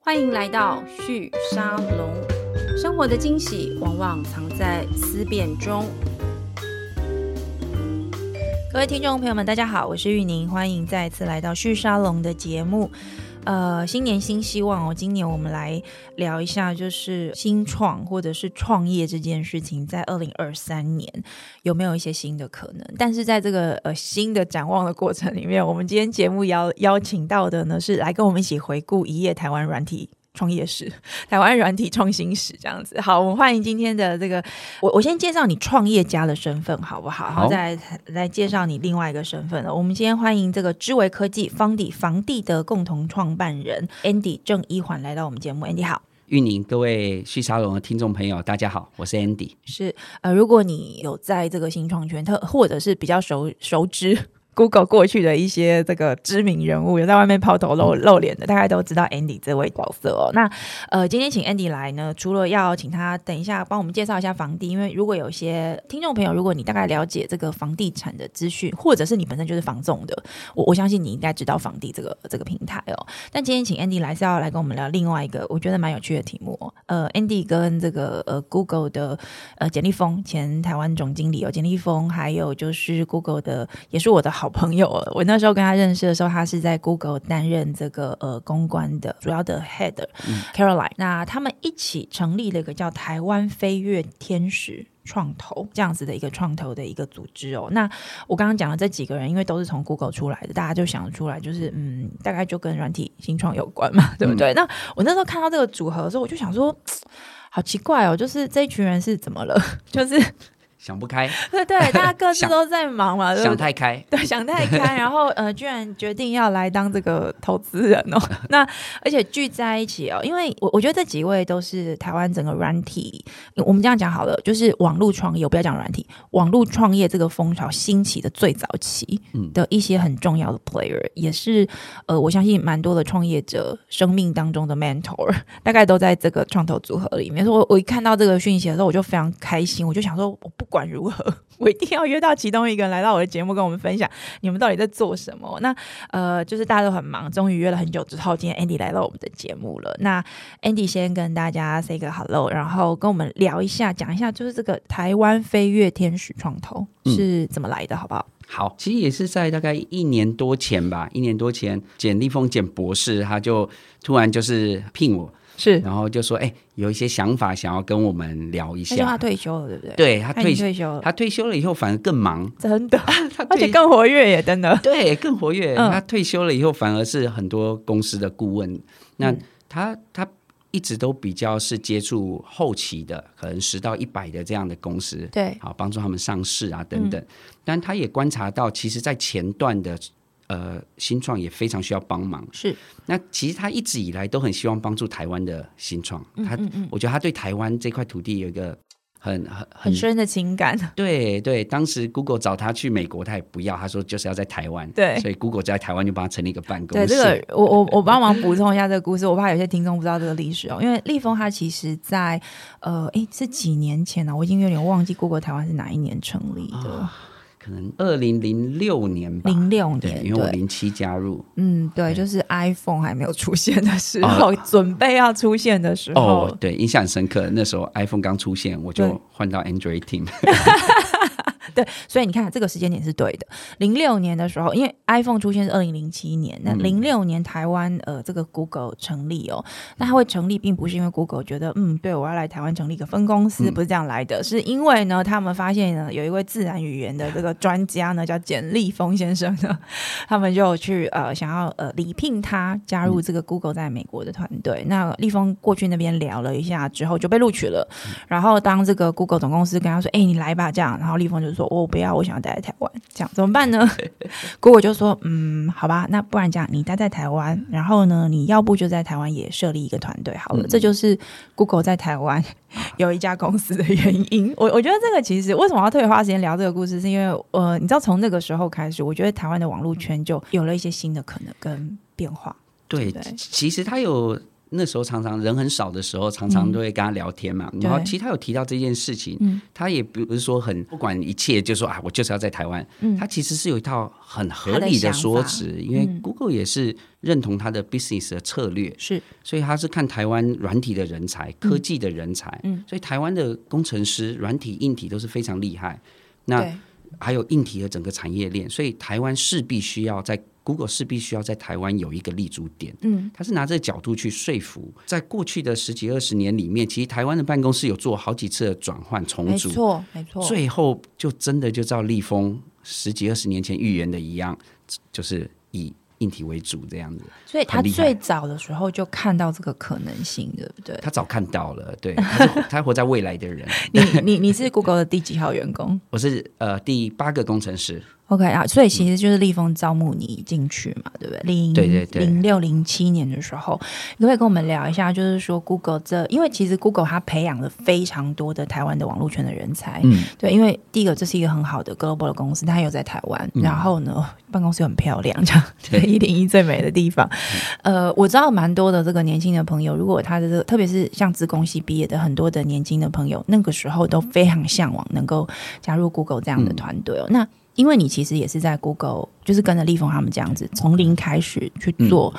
欢迎来到旭沙龙，生活的惊喜往往藏在思辨中。各位听众朋友们，大家好，我是玉宁，欢迎再次来到旭沙龙的节目。呃，新年新希望哦，今年我们来聊一下，就是新创或者是创业这件事情，在二零二三年有没有一些新的可能？但是在这个呃新的展望的过程里面，我们今天节目邀邀请到的呢，是来跟我们一起回顾一夜台湾软体。创业史， 台湾软体创新史这样子。好，我们欢迎今天的这个，我我先介绍你创业家的身份好不好？然后再来来介绍你另外一个身份了。我们今天欢迎这个知维科技方地房地的共同创办人 Andy 郑一环来到我们节目。Andy 好。玉宁，各位旭沙龙的听众朋友，大家好，我是 Andy。是呃，如果你有在这个新创圈，特或者是比较熟熟知 Google 过去的一些这个知名人物，有在外面抛头露露脸的，大概都知道 Andy 这位角色哦。那呃，今天请 Andy 来呢，除了要请他等一下帮我们介绍一下房地，因为如果有些听众朋友，如果你大概了解这个房地产的资讯，或者是你本身就是房仲的，我我相信你应该知道房地这个这个平台哦。但今天请 Andy 来是要来跟我们聊另外一个我觉得蛮有趣的题目、哦。呃，Andy 跟这个呃 Google 的呃简立峰前台湾总经理哦，简立峰，还有就是 Google 的也是我的好朋友了。我那时候跟他认识的时候，他是在 Google 担任这个呃公关的主要的 head、Caroline。那他们一起成立了一个叫台湾飞跃天使。创投这样子的一个创投的一个组织哦，那我刚刚讲的这几个人，因为都是从 Google 出来的，大家就想出来就是嗯，大概就跟软体新创有关嘛，对不对？那我那时候看到这个组合的时候，我就想说，好奇怪哦，就是这一群人是怎么了？ 就是想不开，对对，大家各自都在忙嘛，对不想对？太开，对， 想太开，然后呃，居然决定要来当这个投资人哦。 那而且聚在一起哦，因为我我觉得这几位都是台湾整个软体，我们这样讲好了，就是网络创业，我不要讲软体，网络创业这个风潮兴起的最早期嗯的一些很重要的 player，、也是呃，我相信蛮多的创业者生命当中的 mentor，大概都在这个创投组合里面。所以我我一看到这个讯息的时候，我就非常开心，我就想说，我不管如何， 我一定要约到其中一个人来到我的节目，跟我们分享你们到底在做什么。那呃，就是大家都很忙，终于约了很久之后，今天 Andy 来到我们的节目了。那 Andy 先跟大家 say 个 hello，然后跟我们聊一下，讲一下就是这个台湾飞跃天使创投嗯是怎么来的，好不好？好，其实也是在大概一年多前吧，一年多前，简立峰简博士他就突然就是聘我，是，然后就说，哎、有一些想法想要跟我们聊一那就他下。退休了，对不对？，对他他已退经退休了，他退休了以后反而 更忙，真的，他而退且更活跃耶，真 的。对更活跃。嗯他退休了以后反而是很多公司的顾问。那嗯他他一直都比较是接触后期的，可能十到一百的这样的公司。对，好帮助他们上市啊等等。但他也观察到，其实在前段的呃新创也非常需要帮忙。是那其实他一直以来都很希望帮助台湾的新创，他、嗯嗯我觉得他对台湾这块土地有一个很很很深的情感，对对，当时 Google 找他去美国，他也不要，他说就是要在台湾。对所以 Google 在台湾就帮他成立一个办公对室。这个，我我我帮忙补充一下这个故事，我怕有些听众不知道这个历史哦。因为立峰他其实在呃，诶是几年前啊呢、我已经有点忘记 Google 台湾是哪一年成立的，啊可能二零零六年吧，零六对，年因为我对，零七加入。嗯，对，就是 iPhone 还没有出现的时候，哦准备要出现的时候哦，，对，印象很深刻。那时候 iPhone 刚出现，我对就换到 Android Team。对，所以你看这个时间点是对的。零六年的时候，因为 iPhone 出现是二零零七年，那零六年台湾呃这个 Google 成立哦，那它会成立并不是因为 Google 觉得嗯，对我要来台湾成立一个分公司，嗯不是这样来的，是因为呢他们发现呢有一位自然语言的这个专家呢叫简立峰先生呢， 他们就去呃想要呃礼聘他加入这个 Google 在美国的团队。那立峰过去那边聊了一下之后就被录取了。然后当这个 Google 总公司跟他说：“哎、你来吧。”这样，然后立峰就说：“我不要，我想要待在台湾。”这样怎么办呢 ？Google 就说：“嗯，好吧，那不然这样，你待在台湾，然后呢，你要不就在台湾也设立一个团队好了。这就是 Google 在台湾 有一家公司的原因。我我觉得这个其实为什么要特别花时间聊这个故事，是因为呃，你知道从那个时候开始，我觉得台湾的网络圈就有了一些新的可能跟变化。对，对其其实它有那时候常常人很少的时候，常常都会跟他聊天嘛。然后其实他有提到这件事情，他也不是说很不管一切，就说啊，我就是要在台湾。他其实是有一套很合理嗯的嗯说辞，因为 Google 也是认同他的 business 的策略，是所以他是看台湾软体的人才、科技的人才，所以台湾的工程师、软体、硬体都是非常厉害。那对还有硬体的整个产业链，所以台湾势必需要在 Google 势必需要在台湾有一个立足点。嗯，他是拿这个角度去说服，在过去的十几二十年里面，其实台湾的办公室有做好几次的转换重没组，错没错，最后就真的就照立丰十几二十年前预言的一样，就是以硬体为主这样子。所以他很厉害最早的时候就看到这个可能性，对不 对？他早看到了，对，他是 他活在未来的人。你你你是 Google 的第几号员工我是呃第八个工程师， ？OK 啊，所以其实就是立丰招募你进去嘛，对不对？零嗯对对对零六零七年的时候，你可不可以跟我们聊一下，就是说 Google 这，因为其实 Google 它培养了非常多的台湾的网络圈的人才，嗯，对，因为第一个这是一个很好的 global 的公司，它有在台湾，嗯然后呢，办公室又很漂亮，这样对 一零一最美的地方。嗯呃，我知道蛮多的这个年轻的朋友，如果他的这个，特别是像资工系毕业的很多的年轻的朋友，那个时候都非常向往能够加入 Google 这样嗯的团队哦。那因为你其实也是在 Google，就是跟着立峰他们这样嗯子从零开始去做。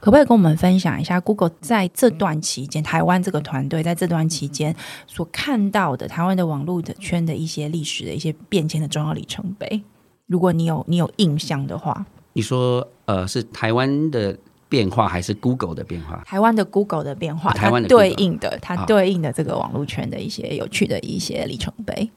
可不可以跟我们分享一下 Google 在这段期间，台湾这个团队在这段期嗯间所看到的台湾的网络的圈的一些历史的一些变迁的重要里程碑？如果你有你有印象的话，你说呃是台湾的变化还是 Google 的变化？台湾的 Google 的变化，台湾的它对 Google 应的它好对应的这个网络圈的一些有趣的一些里程碑，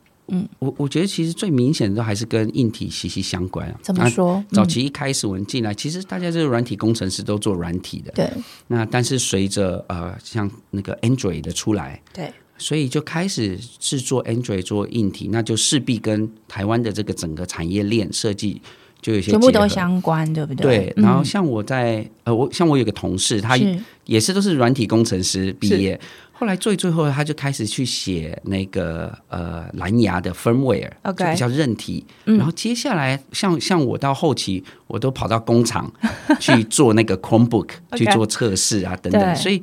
我我觉得其实最明显的都还是跟硬体息息相关啊。怎么那说？早嗯期一开始我们进来，其实大家这个软体工程师都做软体的，对那但是随着呃像那个 Android 的出来，对所以就开始制作 Android 做硬体，那就势必跟台湾的这个整个产业链设计就有一些全部结合都相关，对不对对。嗯然后像我在、呃我像我有个同事，他是也是都是软体工程师毕业，后来最最后他就开始去写那个呃蓝牙的 firmware， OK 嗯就比较韧体。然后接下来像像我到后期，我都跑到工厂去做那个 Chromebook， OK 去做测试啊等等，对所以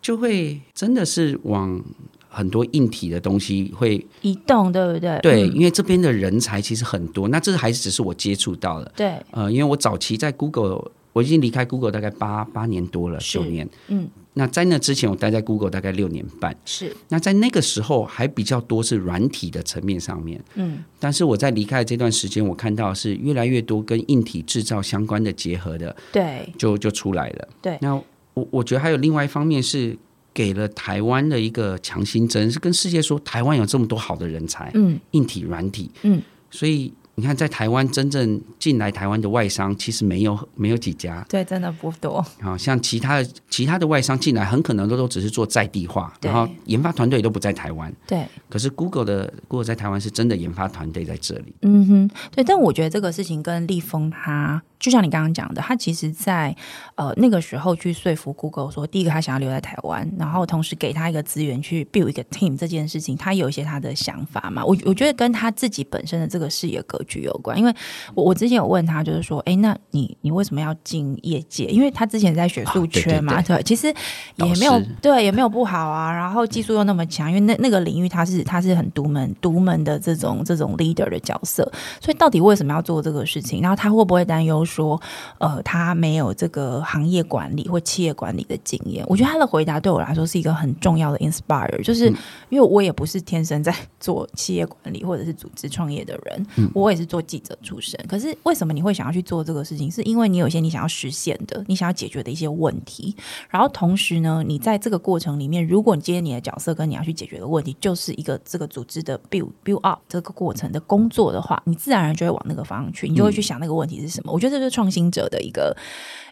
就会真的是往。很多硬体的东西会移动，对不对？对，嗯因为这边的人才其实很多，那这还是只是我接触到的，对呃，因为我早期在 Google，我已经离开 Google 大概八八年多了，是九年。嗯，那在那之前，我待在 Google 大概六年半。是那在那个时候，还比较多是软体的层面上面。嗯，但是我在离开的这段时间，我看到是越来越多跟硬体制造相关的结合的，对就就出来了。对那我我觉得还有另外一方面是。给了台湾的一个强心针，是跟世界说台湾有这么多好的人才，嗯硬体、软体，嗯，所以你看，在台湾真正进来台湾的外商其实没有没有几家对，真的不多，啊、像其他的其他的外商进来，很可能都都只是做在地化，对然后研发团队都不在台湾。对。可是 Google 的 Google 在台湾是真的研发团队在这里，嗯哼，对，但我觉得这个事情跟立峰他，就像你刚刚讲的，他其实在呃那个时候去说服 Google 说，第一个他想要留在台湾，然后同时给他一个资源去 build 一个 team 这件事情，他有一些他的想法嘛。我我觉得跟他自己本身的这个视野格局有关，因为我我之前有问他，就是说，哎，那你你为什么要进业界？因为他之前在学术啊对圈对嘛，对，其实也导没有师对，也没有不好啊。然后技术又那么强，因为那那个领域它是它是很独门独门的这种这种 leader 的角色，所以到底为什么要做这个事情？然后他会不会担忧说，呃，他没有这个行业管理或企业管理的经验？我觉得他的回答对我来说是一个很重要的 inspire，就是嗯因为我也不是天生在做企业管理或者是组织创业的人，我也是做记者出身。可是为什么你会想要去做这个事情？是因为你有一些你想要实现的、你想要解决的一些问题，然后同时呢，你在这个过程里面，如果你今天你的角色跟你要去解决的问题，就是一个这个组织的 build build up 这个过程的工作的话，你自然而然就会往那个方向去，你就会去想那个问题是什么。我觉得这就是创新者的一个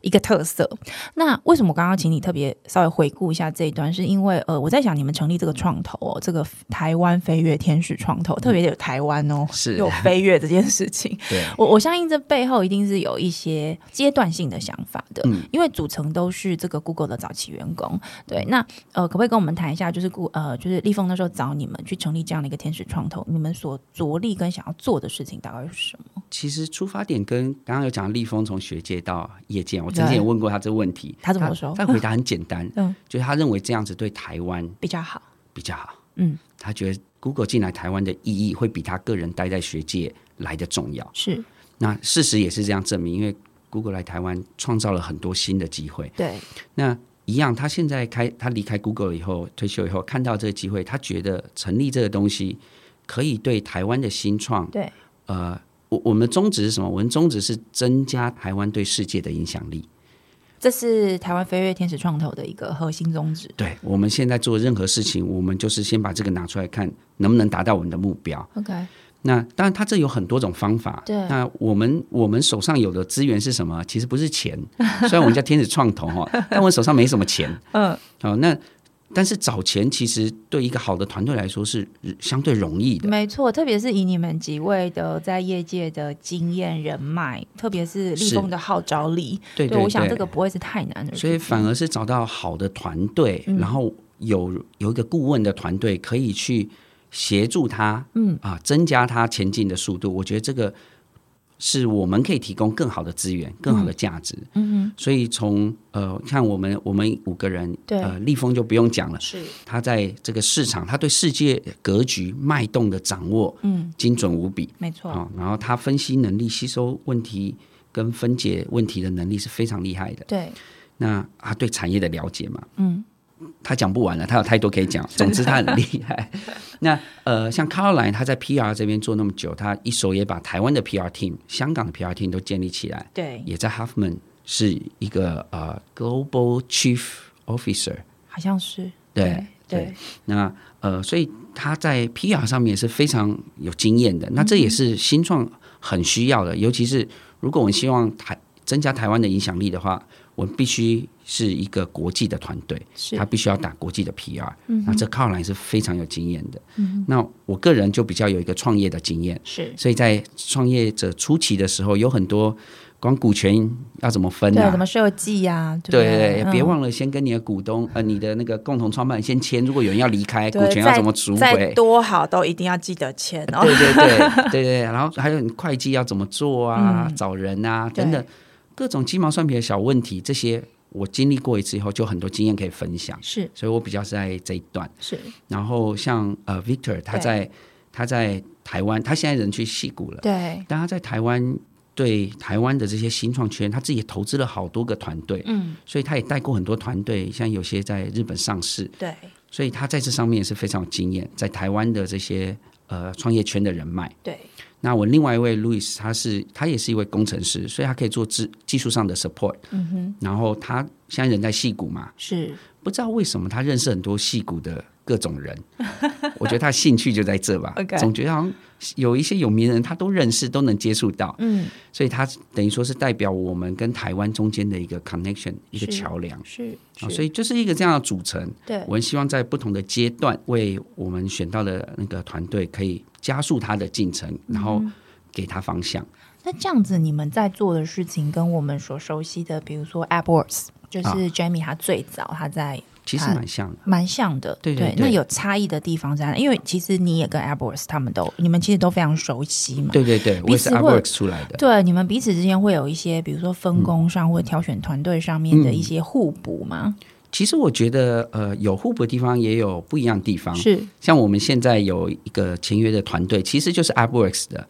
一个特色。那为什么我刚刚请你特别稍微回顾一下这一段？是因为呃，我在想你们成立这个创投哦，这个台湾飞跃天使创投，特别有台湾哦，是有飞跃这件事情。 对，我我相信这背后一定是有一些阶段性的想法的，嗯因为组成都是这个 Google 的早期员工。对，那呃，可不可以跟我们谈一下，就是顾呃，就是立峰那时候找你们去成立这样的一个天使创投，你们所着力跟想要做的事情大概是什么？其实出发点跟刚刚有讲的立峰从学界到业界，我曾经也问过他这个问题，他怎么说他回答很简单，哦嗯就是他认为这样子对台湾比较好，比较好。嗯，他觉得 Google 进来台湾的意义会比他个人待在学界来的重要。是那事实也是这样证明，因为 Google 来台湾创造了很多新的机会。对，那一样，他现在开他离开 Google 以后，退休以后看到这个机会，他觉得成立这个东西可以对台湾的新创，对，呃，我我们的宗旨是什么？我们宗旨是增加台湾对世界的影响力。这是台湾飞跃天使创投的一个核心宗旨。对我们现在做任何事情，我们就是先把这个拿出来看，能不能达到我们的目标。 OK，那当然，它这有很多种方法。对那我们我们手上有的资源是什么？其实不是钱， 虽然我们叫天使创投 哈，但我们手上没什么钱。嗯，哦，那但是找钱其实对一个好的团队来说是相对容易的。没错，特别是以你们几位的在业界的经验人脉，特别是立是功的号召力，对对，我想这个不会是太难的事情。所以反而是找到好的团队，然后有有一个顾问的团队可以去协助他，嗯啊，增加他前进的速度。我觉得这个是我们可以提供更好的资源、更好的价值。嗯所以从呃，看我们我们五个人，对呃，立峰就不用讲了，是他在这个市场，他对世界格局脉动的掌握，嗯，精准无比。没错，哦，然后他分析能力、吸收问题跟分解问题的能力是非常厉害的。对，那他对产业的了解嘛，嗯，他讲不完了，他有太多可以讲。总之他很厉害。 那呃，像 Caroline 他在 PR 这边做那么久，他一手也把台湾的 PR team、香港的 PR team 都建立起来，对，也在 Huffman 是一个呃 Global Chief Officer。好像是对对对那呃，所以他在 PR 上面是非常有经验的。那这也是新创很需要的，尤其是如果我们希望台增加台湾的影响力的话，我们必须是一个国际的团队，是嗯他必须要打国际的 PR、那这靠来是非常有经验的。那我个人就比较有一个创业的经验，是，所以在创业者初期的时候，有很多光股权要怎么分啊对，怎么设计呀？对不对对，别嗯忘了先跟你的股东，呃，你的那个共同创办人先签，如果有人要离开，股对权要再怎么赎再回？多好都一定要记得签哦。对对对对对，然后还有你会计要怎么做啊，嗯找人啊对等等各种鸡毛蒜皮的小问题，这些我经历过一次以后，就很多经验可以分 享，是所以我比较是在这一段。是，然后像呃 Victor 他对在他在台湾，他现在人去戏谷了，对，但他在台湾对台湾的这些新创圈，他自己也投资了好多个团队，嗯，所以他也带过很多团队，像有些在日本上市，对，所以他在这上面也是非常有经验，在台湾的这些呃创业圈的人脉。对，那我另外一位 Louis，他是他也是一位工程师，所以他可以做技技术上的 support。嗯哼，然后他现在人在戏谷嘛，是不知道为什么他认识很多戏谷的各种 人，我觉得他兴趣就在这吧。 OK 总觉得好像有一些有名人他都认识，都能接触到。嗯所以它等于说是代表我们跟台湾中间的一个 connection，一个桥梁。是，啊，是所以就是一个这样的组成，对我们希望在不同的阶段，为我们选到的那个团队可以加速它的进程，然后嗯给它方向。那这样子，你们在做的事情跟我们所熟悉的，比如说 AppWorks，就是啊 Jamie 他最早他在其实啊蛮像的，蛮像的，对对对那有差异的地方在哪？因为其实你也跟 AppWorks 他们都，你们其实都非常熟悉嘛。对对对，我也是彼此会 AppWorks 出来的，对，你们彼此之间会有一些，比如说分工上或挑选团队上嗯面的一些互补吗？其实我觉得，呃，有互补的地方，也有不一样的地方。是像我们现在有一个签约的团队，其实就是 AppWorks 的，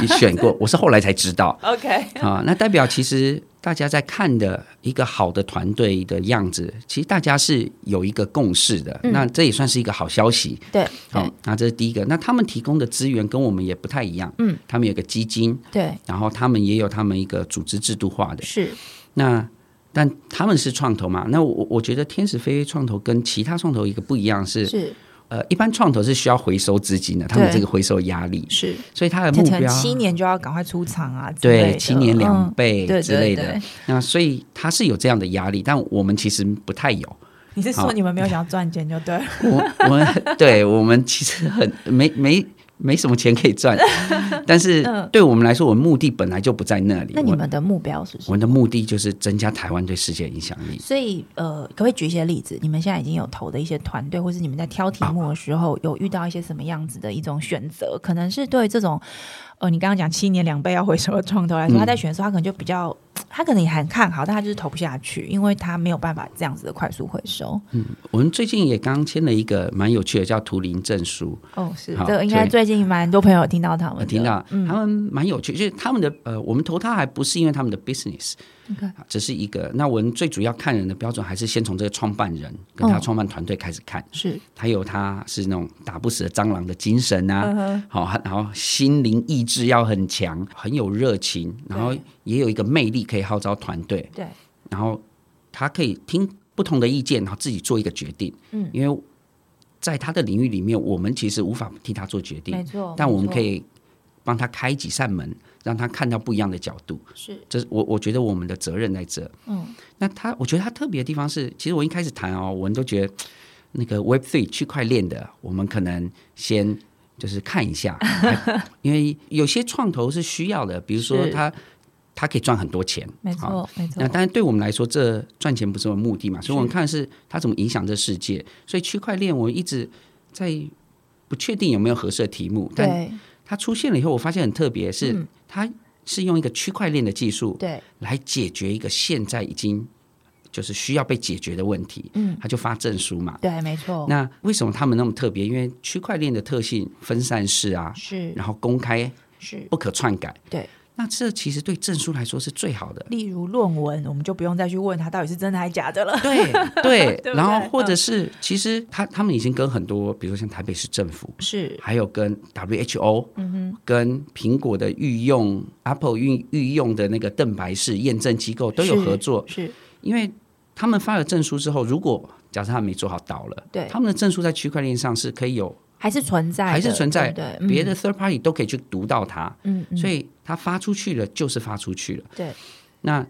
你选过，我是后来才知道。 ，OK，啊，那代表其实大家在看的一个好的团队的样子，其实大家是有一个共识的，那这也算是一个好消息。嗯对，好、对，那这是第一个。那他们提供的资源跟我们也不太一样，嗯，他们有个基金，对，然后他们也有他们一个组织制度化的。是，那但他们是创投嘛？那我我觉得天使飞跃创投跟其他创投一个不一样是，是，呃，一般创投是需要回收资金的，他们有对这个回收压力，是，所以他的可目能标七年就要赶快出场啊之类的，对，七年两嗯倍对之类的。对对那所以他是有这样的压力，但我们其实不太有。你是好说你们没有想要赚钱就对了？我我们对我们其实很没没没什么钱可以 赚，但是对我们来说，我们目的本来就不在那里。嗯那你们的目标是什么？我们的目的就是增加台湾对世界影响力。所以呃，可不可以举一些例子？你们现在已经有投的一些团队，或是你们在挑题目的时候，有遇到一些什么样子的一种选择？可能是对这种呃，你刚刚讲七年两倍要回收的创投来说，嗯他在选的时候，他可能就比较，他可能也很看好，但他就是投不下去，因为他没有办法这样子的快速回收。我们最近也刚签了一个蛮有趣的，叫图灵证书。哦，是好这个应该对最近蛮多朋友有听到他们我的嗯听到他们蛮有趣，就是他们的呃，我们投他还不是因为他们的 business， OK 只是一个。那我们最主要看人的标准还是先从这个创办人跟他哦创办团队开始看，是还有他是那种打不死的蟑螂的精神嗯啊，好、然后心灵意志要很强，很有热情，然后也有一个魅力可以号召团队，对，然后他可以听不同的意见，然后自己做一个决定。嗯，因为在他的领域里面，我们其实无法替他做决定没，错。但我们哦没错可以帮他开几扇门，让他看到不一样的角度。是这是我我觉得我们的责任在这。嗯，那他我觉得他特别的地方是，其实我一开始谈哦，我们都觉得那个 Web Three 区块链的，我们可能先就是看一 下，还因为有些创投是需要的，比如说是他他可以赚很多钱，没啊错没错那。当然，对我们来说，这赚钱不是我们目的嘛，所以我们看的是它怎么影响这世界。所以区块链，我一直在不确定有没有合适的题目，但对它出现了以后，我发现很特别，是它是用一个区块链的技术嗯对，来解决一个现在已经就是需要被解决的问题。嗯，它就发证书嘛。对，没错，那为什么他们那么特别？因为区块链的特性分散式啊，是然后公开是，不可篡改。对。那这其实对证书来说是最好的。例如论文，我们就不用再去问他到底是真的还是假的了。对对对，不然后对或者嗯是其实他他们已经跟很多，比如说像台北市政府， 是还有跟 WHO，嗯哼，跟苹果的御用 Apple 御御用的那个邓白氏验证机构都有是合作，是因为他们发了证书之后，如果假设他们没做好倒了，对他们的证书在区块链上是可以有还是存在的，还是存在对别的 third party 都可以去读到它，嗯嗯，所以以它发出去了就是发出去了。对，那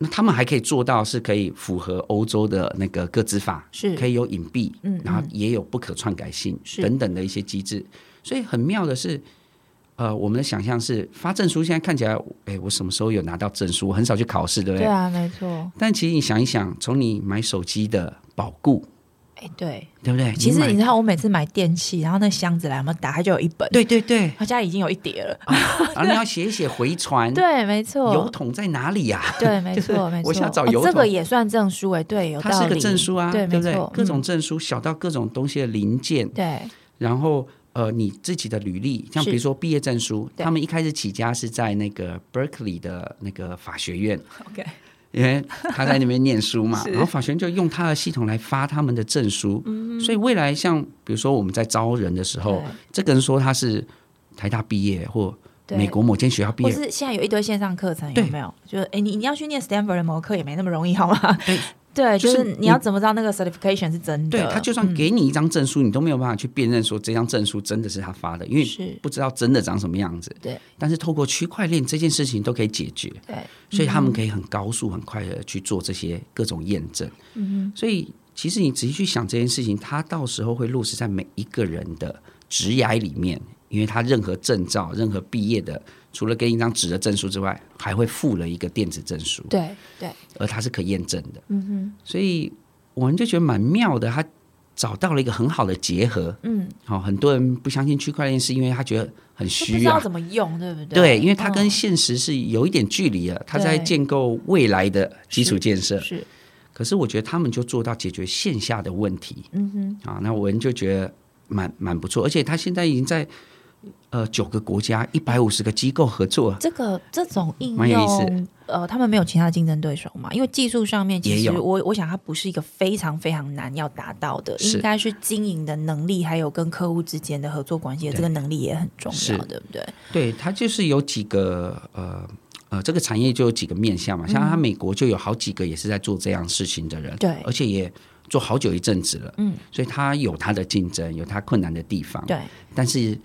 那他们还可以做到是可以符合欧洲的那个个资法，是可以有隐蔽，嗯然后也有不可篡改性是等等的一些机制。所以很妙的是，呃，我们的想象是发证书，现在看起来，哎，我什么时候有拿到证书？我很少去考试，对不对对？啊，没错，但其实你想一想，从你买手机的保固，哎，对。对不对？其实买你知道，我每次买电器，然后那箱子来，我们打开就有一本，，对啊 ，对对他家里已经有一叠了。然后你要写一写回传，对，哦没错，油桶在哪里呀、对，没就是错，没错。我想找哦油这桶个也算证书哎，对，有它道是个理证书啊，对，不没对错，？各种嗯证书，小到各种东西的零件，对，然后呃，你自己的履历，像是比如说毕业证书，对他们一开始起家是在那个 Berkeley 的那个法学院 OK 因为他在那边念书 嘛，是然后法学院就用他的系统来发他们的证书，所以未来像比如说我们在招人的时候嗯对，这个人说他是台大毕业或对美国某间学校毕或业，是现在有一堆线上课程，有对没有？就是哎，你你要去念 Stanford 的某个课也没那么容易，好吗？对 对，就就是是你你要怎么知道那个 certification 是真的？嗯对他就算给你一张证书，你都没有办法去辨认说这张证书真的是他发的，因为是不知道真的长什么样子。对，但是透过区块链这件事情都可以解决，对，所以他们可以很高速、很快的去做这些各种验证。嗯所以其实你仔细去想这件事情，它到时候会落实在每一个人的职涯里面，因为他任何证照、任何毕业的，除了跟一张纸的证书之外，还会附了一个电子证书。对对，而它是可验证的。嗯哼，所以我们就觉得蛮妙的，他找到了一个很好的结合。嗯，好、很多人不相信区块链，是因为他觉得很就不虚知道啊。怎么用，对不对？对，因为它跟嗯现实是有一点距离的，它对在建构未来的基础建设。是可是我觉得他们就做到解决线下的问题。嗯哼，啊，那我们就觉得蛮蛮不错，而且他现在已经在呃九个国家、一百五十个机构合作，啊这个这种应蛮有意思用，呃，他们没有其他竞争对手嘛？因为技术上面，其也实有我我想它不是一个非常非常难要达到的，是应该是经营的能力，还有跟客户之间的合作关系，这个能力也很重是要，对不对？对，它就是有几个呃呃，这个产业就有几个面向嘛，像它美国就有好几个也是在做这样事情的人，嗯对而且也做好久一阵子了，嗯，所以它有它的竞争，有它困难的地方，，对但是。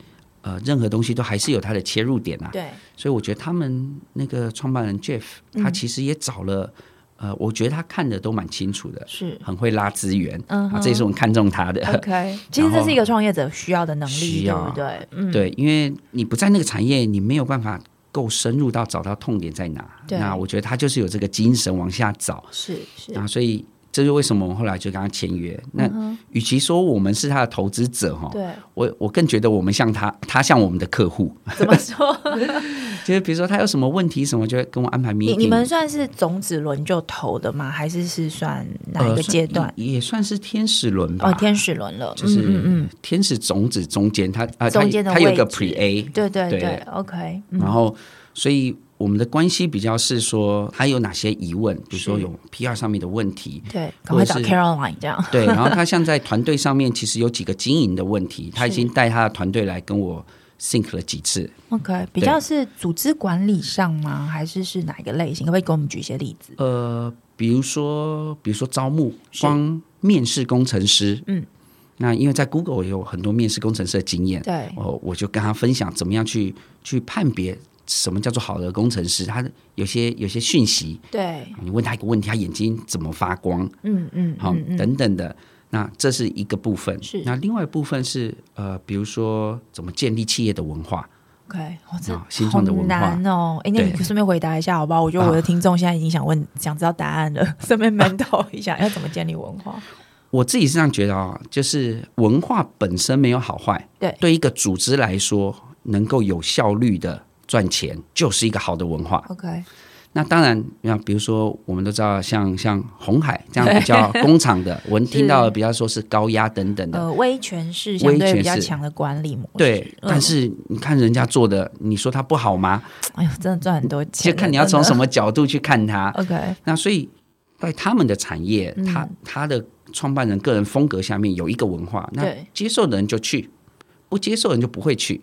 呃，任何东西都还是有它的切入点啊，对嗯所以我觉得他们那个创办人 Jeff，他其实也找了、呃，我觉得他看的都蛮清楚的，是很会拉资源，嗯啊哼，哦这也是我们看中他的。 OK，其实这是一个创业者需要的能力，需对要不对？嗯， 对，因为你不在那个产业，你没有办法够深入到找到痛点在哪。对那我觉得他就是有这个精神往下找是是，啊，所以这就为什么我们后来就跟他签约。那与其说我们是他的投资者哈，嗯对，我我更觉得我们像他，他像我们的客户。怎么 说？就是比如说他有什么问题什么，就会跟我安排 meeting。你你们算是种子轮就投的吗？还是是算哪一呃个算阶段？也也算是天使轮吧。哦，天使轮了，就嗯嗯嗯是天使种子中间，它啊，它中间的它有一个位置 Pre A，对对对对，OK，嗯然后所以我们的关系比较是说，他有哪些疑问，比如说有 PR 上面的问题，对，赶快找或者是 Caroline 这样，对，然后他像在团队上面其实有几个经营的问 题，他已经带他的团队来跟我 think 了几次。 OK，比对较是组织管理上吗？还是是哪一个类型？可不可以给我们举一些例子？呃，比如说，比如说招募，光面试工程师，嗯，那因为在 Google 也有很多面试工程师的经验，对，哦，我就跟他分享怎么样去去判别什么叫做好的工程师，他的有些有些讯息，对，你问他一个问题，他眼睛怎么发光，嗯嗯，好、嗯嗯，等等的。那这是一个部分，是那另外一部分是呃，比如说怎么建立企业的文化， OK，我这啊新创的文化好难哦。哎，那对啊你顺便回答一下好不好？我觉得我的听众现在已经想问，想知道答案 了，顺便馒头一下，要怎么建立文化？我自己是这样觉得啊、就是文化本身没有好坏，对对一个组织来说，能够有效率的赚钱，就是一个好的文化。 OK，那当然，那比如说，我们都知道像，像红海这样比较工厂的，我们听到的比较说是高压等等的，呃，威权是相威对权比较是强的管理模式，对。嗯但是你看人家做的，你说它不好吗？哎呦，真的赚很多钱就了，看你要从什真的么角度去看它。 OK，那所以，在他们的产业，他嗯他的创办人个人风格下面有一个文化，那对接受的人就去，不接受的人就不会去。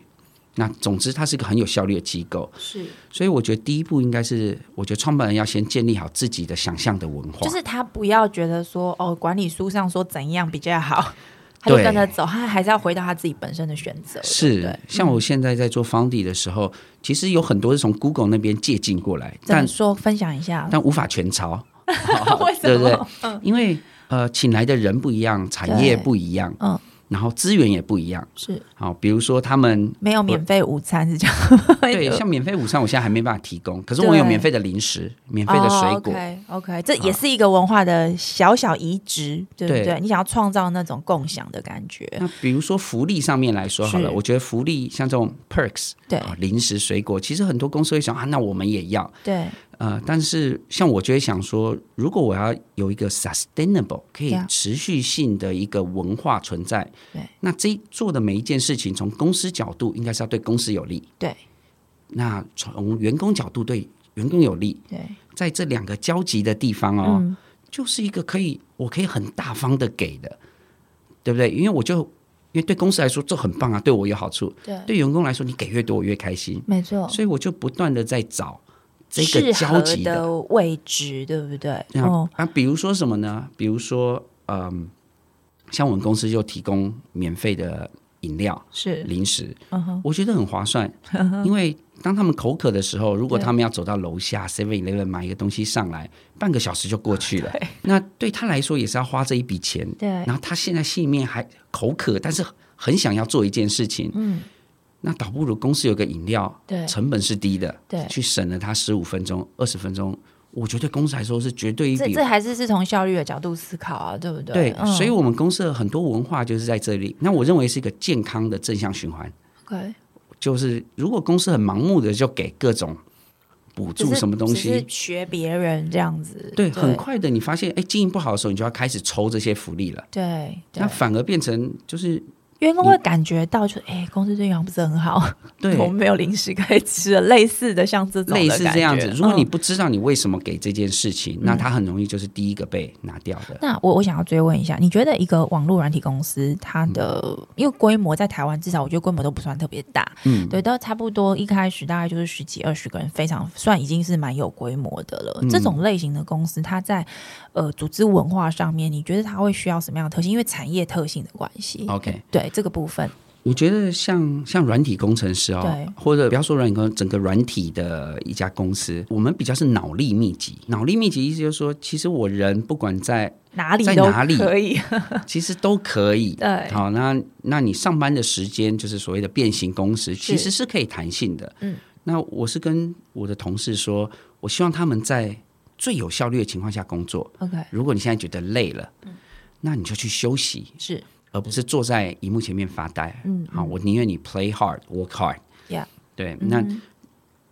那总之，它是一个很有效率的机构，是，所以我觉得第一步应该是，我觉得创办人要先建立好自己的想象的文化，就是他不要觉得说哦，管理书上说怎样比较好，他就对跟着走，他还是要回到他自己本身的选择，对不是对，像我现在在做 Foundy 的时候，其实有很多是从 Google 那边借鉴过来，怎么但说？分享一 下， 但无法全抄，为什对不对么？？因为呃，请来的人不一样，产业对不一样，嗯，然后资源也不一样。是好，比如说他们没有免费午餐是这样， 对像免费午餐，我现在还没办法提供，可是我有对哦免费的零食、免费的水果。 OK OK，这也是一个文化的小小移植，对不对嗯对？你想要创造那种共享的感觉，那比如说福利上面来说好了，是我觉得福利像这种 perks，对啊，零食、水果，其实很多公司会想啊，那我们也要。对呃，但是像我就会想说，如果我要有一个 sustainable 可以 Yeah 持续性的一个文化存在，啊对那这一做的每一件事情，从公司角度应该是要对公司有利，对那从员工角度对员工有利，对，在这两个交集的地方嗯哦，就是一个可以我可以很大方的给的，对不对？因为我就因为对公司来说这很棒啊，对我有好处，对对员工来说你给越多我越开心，没错。所以我就不断的在找这适个合交集的。的位置，对不对？哦那、啊，比如说什么呢？比如说，嗯，像我们公司就提供免费的饮料、是，零食，嗯哼，嗯我觉得很划算，因为当他们口渴的时候，如果对他们要走到楼下 Seven Eleven 买一个东西上来，半个小时就过去了。 那对他来说也是要花这一笔钱，对然后他现在心里面还口渴，但是很想要做一件事情，嗯，那倒不如公司有个饮料，对成本是低的，对去省了他十五分钟、二十分钟，我觉得公司来说是绝对一这笔这还是是从效率的角度思考啊，对不对？对，嗯所以我们公司的很多文化就是在这里。那我认为是一个健康的正向循环， OK，就是如果公司很盲目的就给各种补只助是什么东只是西，学别人这样子，对，很快的你发现，哎，经营不好的时候，你就要开始抽这些福利了。对对那，反而变成就是员工会感觉到就哎，公司对员工不是很好，对 我们没有零食可以吃了，类似的像这种的类似这样感子。觉如果你嗯不知道你为什么给这件事情，那它很容易就是第一个被拿掉的。那我我想要追问一下，你觉得一个网络软体公司，它嗯的、因为规模在台湾至少我觉得规模都不算特别大，嗯对，到差不多一开始大概就是十几二十个人，非常算已经是蛮有规模的了。嗯这种类型的公司，它在呃组织文化上面，你觉得它会需要什么样的特性？因为产业特性的关系 OK，对这个部分，我觉得像像软体工程师对哦，或者不要说软体工，整个软体的一家公司，我们比较是脑力密集。脑力密集意思就是说，其实我人不管 在，哪里在都哪里可以， 其实都可以。对，好，那那你上班的时间就是所谓的变形工时，其实是可以弹性的。嗯，那我是跟我的同事说，我希望他们在最有效率的情况下工作。 OK，如果你现在觉得累了，嗯那你就去休息，是而不是坐在荧幕前面发呆。嗯好，我宁愿你 play hard, work hard。 Yeah 嗯对，那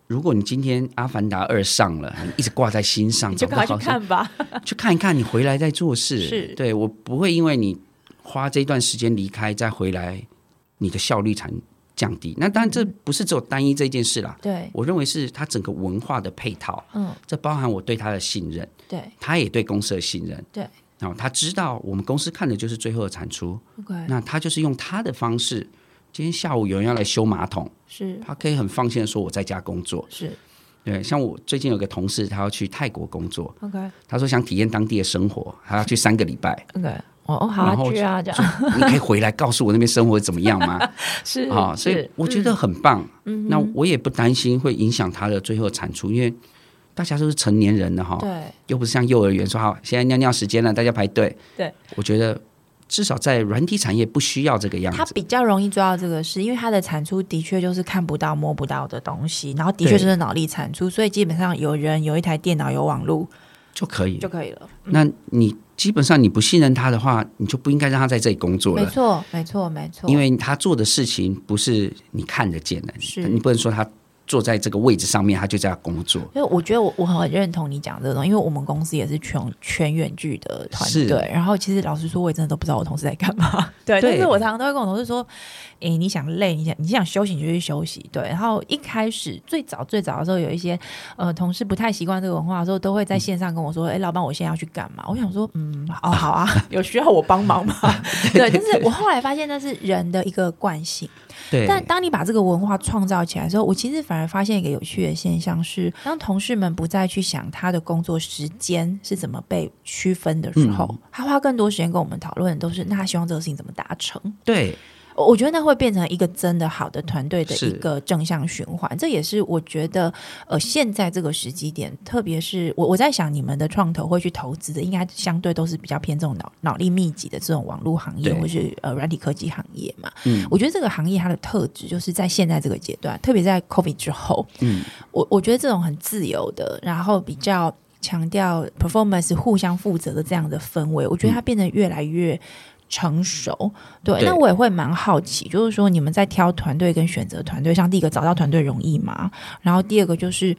如果你今天《阿凡达二》上了，你一直挂在心上，你就找赶不快到好去看 吧。去看一看，你回来再做事。是对我不会因为你花这段时间离开再回来，你的效率才降低。那当然，这不是只有单一这件事啦。对我认为是它整个文化的配套，嗯，这包含我对他的信任，对他也对公司的信任，对，然后他知道我们公司看的就是最后的产出， ，OK，那他就是用他的方式。今天下午有人要来修马桶，是他可以很放心的说我在家工作。是对，像我最近有个同事，他要去泰国工作， OK 他说想体验当地的生活，他要去三个礼 拜。 OK，哦哦，好然啊后去啊，这样你可以回来告诉我那边生活怎么样吗？ 是啊、所以是嗯我觉得很棒。那我也不担心会影响他的最后产出，因为大家都是成年人了哈，对又不是像幼儿园说好现在尿尿时间了，大家排队。对，我觉得至少在软体产业不需要这个样他子。比较容易抓到这个事，因为他的产出的确就是看不到、摸不到的东西，然后的确对就是脑力产出，所以基本上有人有一台电脑、有网络就可以就。可以了。那你基本上你不信任他的话，你就不应该让他在这里工作没了，错，没错，没错，因为他做的事情不是你看得见的，是你不能说他坐在这个位置上面，他就在工作。所以我觉得我我很认同你讲这个东西，因为我们公司也是全全远距的团是队。然后其实老实说，我也真的都不知道我同事在干嘛。 对，对但是我常常都会跟我同事说：“诶，你想累，你想你想休息，你就去休息。”对。然后一开始最早最早的时候，有一些呃同事不太习惯这个文化的时候，都会在线上跟我说：“诶，老板，我现在要去干嘛？”我想说：“嗯，哦，好啊， 有需要我帮忙吗？” 对，但是我后来发现那是人的一个惯性。对，但当你把这个文化创造起来之后，我其实反而发现一个有趣的现象是，当同事们不再去想他的工作时间是怎么被区分的时候，嗯他花更多时间跟我们讨论的都是那他希望这个事情怎么达成。对，我我觉得那会变成一个真的好的团队的是一个正向循环，这也是我觉得呃现在这个时机点，特别是我我在想你们的创投会去投资的，应该相对都是比较偏这种脑脑力密集的这种网络行业对或是呃软体科技行业嘛。嗯我觉得这个行业它的特质就是在现在这个阶段，特别在 COVID 之后，嗯，我我觉得这种很自由的，然后比较强调 performance 互相负责的这样的氛围，我觉得嗯它变得越来越成熟。对，对那我也会蛮好奇，就是说你们在挑团队跟选择团队上，第一个找到团队容易吗？然后第二个就是。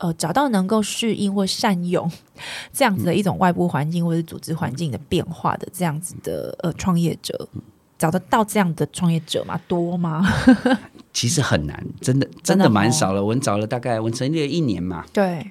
呃，找到能够适应或善用 这样子的一种外部环境或者组织环境的变化的这样子的呃创业者，找得到这样的创业者吗？多吗？其实很难，真的真真的的蛮哦少了。我们找了大概我们成立了一年嘛， 对，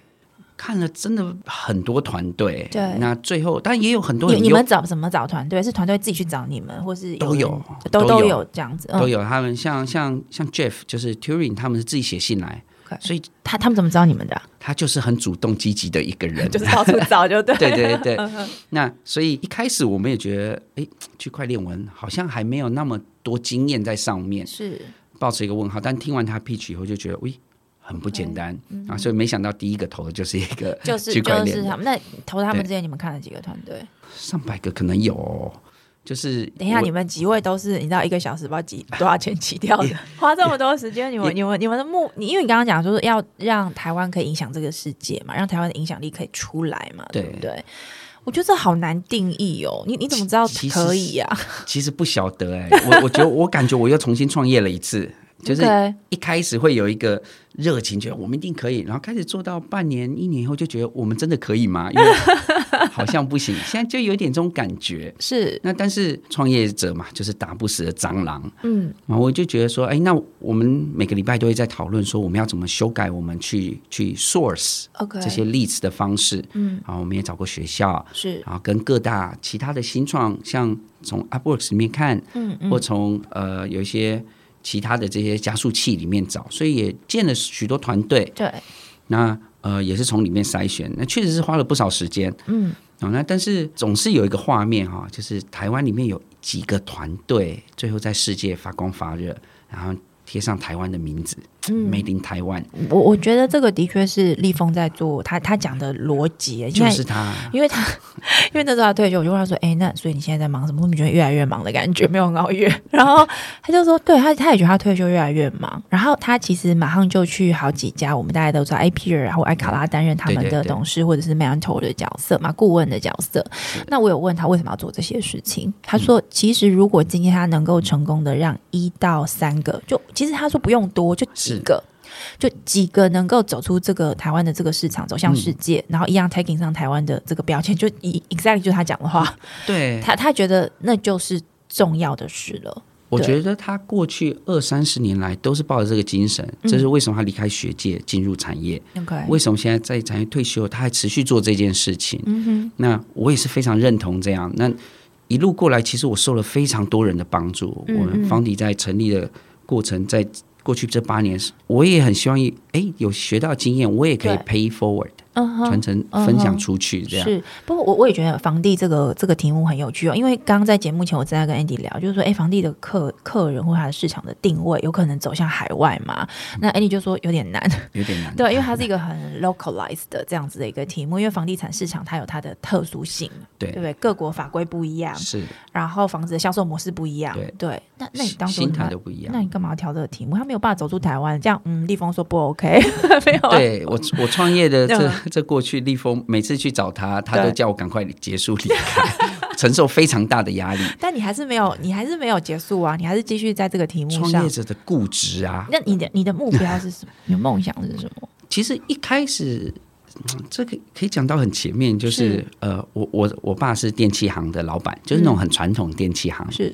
看了真的很多团队。对那最后当然也有很多你很你优们找怎么找团队？是团队自己去找你们，或是都人有都都有有这样子？嗯都有，他们像像像 Jeff 就是 Turing，他们是自己写信来， OK 所以他他们怎么知道你们的啊、他就是很主动积极的一个 人。就是到处找就对 对对 对，嗯那所以一开始我们也觉得，哎，区块链文好像还没有那么多经验在上面，是抱持一个问号。但听完他 pitch 以后，就觉得，喂，很不嗯简单啊！所以没想到第一个投的就是一个就是区块就链是的他们。那投他们对之前，你们看了几个团队？上百个可能有哦、就是嗯等一下，我你们几位都是你知道一个小时不知道几多少钱起掉 的， 花这么多时间，你们也你们你们的目，你因为你刚刚讲说要让台湾可以影响这个世界嘛，让台湾的影响力可以出来嘛，对对不对？我觉得这好难定义哦，你你怎么知道其其实可以啊呀、其实不晓得哎、我我觉得我感觉我又重新创业了一次，就是对一开始会有一个热情，觉得我们一定可以，然后开始做到半年、一年以后，就觉得我们真的可以吗？因为好像不行，现在就有点这种感觉。是那但是创业者嘛，就是打不死的蟑螂嗯啊！我就觉得说，哎，那我们每个礼拜都会在讨论说，我们要怎么修改我们去去 source ，OK，这些 leads 的方式。嗯然后我们也找过学校，是然后跟各大其他的新创，像从 Upworks 里面看，嗯嗯或从呃有一些其他的这些加速器里面找，所以也建了许多团队。对那呃也是从里面筛选，那确实是花了不少时间。嗯哦，那但是总是有一个画面哈、就是台湾里面有几个团队，最后在世界发光发热，然后贴上台湾的名字、m 嗯 a d e in Taiwan，我我觉得这个的确是立峰在做他他讲的逻辑，因就为是他。因为他因为那时候他退休，我就问他说：“哎、那所以你现在在忙什么？我怎么觉得越来越忙的感觉，没有很熬夜？” 然后他就说：“对他，他也觉得他退休越来越忙。”然后他其实马上就去好几家，我们大家都知道 AP 尔然后艾卡拉担任他们对对的对董事或者是 mentor 的角色嘛，顾问的角色。那我有问他为什么要做这些事情，他说：“其实如果今天他能够成功的让一到三个，就其实他说不用多，就几是个。”就几个能够走出这个台湾的这个市场，走向嗯世界，然后一样 taking 上台湾的这个标签，就以 exactly 就是他讲的话，对，他他觉得那就是重要的事了。我对觉得他过去二三十年来都是抱着这个精神，嗯这是为什么他离开学界进入产业， OK，为什么现在在产业退休，他还持续做这件事情？嗯哼，那我也是非常认同这样。那一路过来，其实我受了非常多人的帮助。嗯我们方迪在成立的过程，在过去这八年，我也很希望，哎，有学到经验，我也可以对 pay forward，嗯哼传承、嗯哼分享出去，这样。是，不过我我也觉得房地这个这个题目很有趣哦，因为刚刚在节目前我正在跟 Andy 聊，就是说，哎，房地的客客人或他的市场的定位有可能走向海外嘛？嗯那 Andy 就说有点难， 有点难。对，因为它是一个很 localized 的这样子的一个题目，因为房地产市场它有它的特殊性，对对不对？各国法规不一样，是然后房子的销售模式不一样，对那那你当初心态他都不一样那。你干嘛要调这个题目？他没有办法走出台湾，这样，嗯，立峰说不 OK，没 有啊，对我，我创业 的这 嗯这过去，立峰每次去找他，他都对叫我赶快结束离开， 承受非常大的压力。但你还是没有，你还是没有结束啊，你还是继续在这个题目创上业。者的固执啊。那你的你的目标是什 么？你的梦想是什么？其实一开始，嗯这个可以讲到很前面，就是是嗯呃，我我我爸是电器行的老板，就是那种很传统电器行。是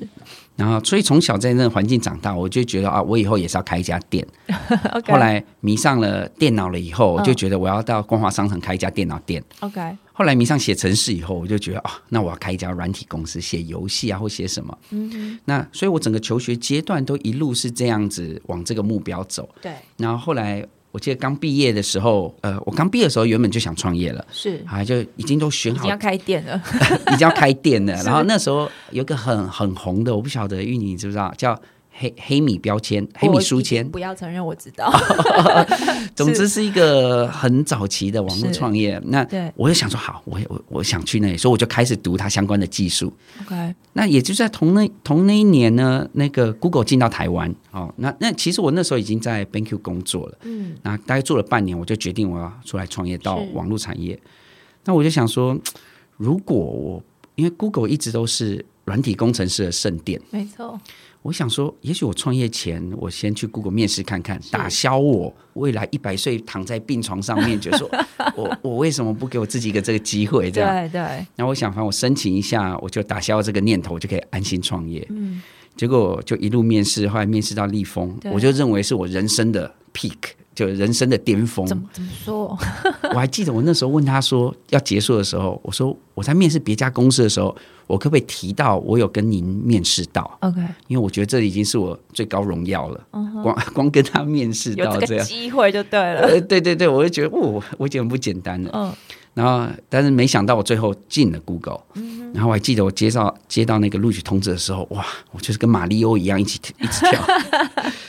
然后，所以从小在那个环境长大，我就觉得啊，我以后也是要开一家店。 OK，后来迷上了电脑了以后，我就嗯觉得我要到光华商城开一家电脑店。 OK，后来迷上写程式以后，我就觉得哦，那我要开一家软体公司，写游戏啊，或写什么。嗯，那所以我整个求学阶段都一路是这样子往这个目标走。对，然后后来我记得刚毕业的时候，呃，我刚毕业的时候原本就想创业了，是啊，就已经都选嗯已好经要，开店了。 已经要开 店了。然后那时候有一个很很红的，我不晓得玉妮你知不知道，叫黑黑米标签、黑米我书已经签，啊不要承认我知道。总之是一个很早期的网络是创业。那对我就想说，好，我我我想去那里，所以我就开始读它相关的技术。 OK，那也就在同那同那一年呢，那个 Google 进到台湾哦，那那其实我那时候已经在 BenQ 工作了，嗯，那大概做了半年，我就决定我要出来创业到是网络产业。那我就想说，如果我因为 Google 一直都是软体工程师的圣殿，没错。我想说，也许我创业前，我先去 Google 面试看看，打消我未来一百岁躺在病床上面，觉得说我我为什么不给我自己一个这个机会？这样，对对，那我想，反正我申请一下，我就打消这个念头，我就可以安心创业。嗯，结果就一路面试，后来面试到立丰，对我就认为是我人生的 peak，就人生的巅峰。怎么怎么说？我还记得我那时候问他说要结束的时候，我说我在面试别家公司的时候，我可不可以提到我有跟您面试到？ OK，因为我觉得这已经是我最高荣耀了，光 光跟他面试嗯有到这这个样。机会就对了。呃，对对对，我就觉得，哦，我已经很不简单了。嗯，然后，但是没想到我最后进了 Google，、然嗯后我还记得我接到接到那个录取通知的时候，哇，我就是跟马里欧一样一起一 起跳，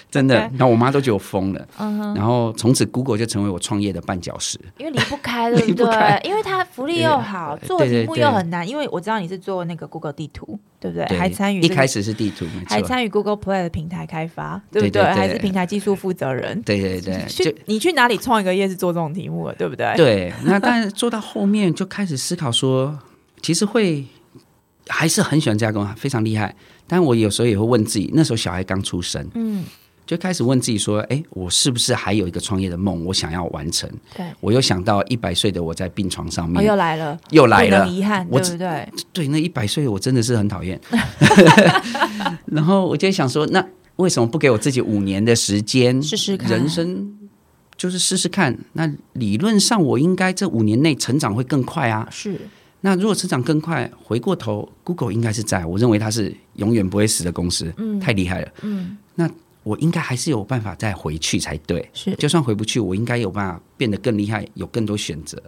真的。然后我妈都觉得我疯了。嗯然后从此 Google 就成为我创业的绊脚石。因为离不开，对不离不开对？因为它福利又好，对做题目对对又很难。因为我知道你是做那个 Google 地图，对不对？对，还参与一这个开始是地图，没还错。参与 Google Play 的平台开发，对不对对对还是平台技术负责人。对对对，就去你去哪里创一个业是做这种题目的，对不对？对。那但做到后面就开始思考说，其实会还是很喜欢这家公司，非常厉害。但我有时候也会问自己，那时候小孩刚出生，嗯，就开始问自己说：“哎，我是不是还有一个创业的梦，我想要完成？对。我又想到一百岁的我在病床上哦，面、又来了，又来不了能，遗憾，我对只不对？对，那一百岁我真的是很 讨厌。然后我就想说，那为什么不给我自己五年的时间试试看人生就是试试看。那理论上我应该这五年内成长会更快啊。是那如果成长更快，回过头，Google 应该是在，我认为它是永远不会死的公司，嗯，太厉害了，嗯，那我应该还是有办法再回去才对，是就算回不去，我应该有办法变得更厉害，有更多选择。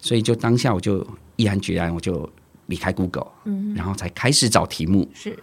所以就当下我就毅然决然，我就离开 Google，嗯，然后才开始找题目，是，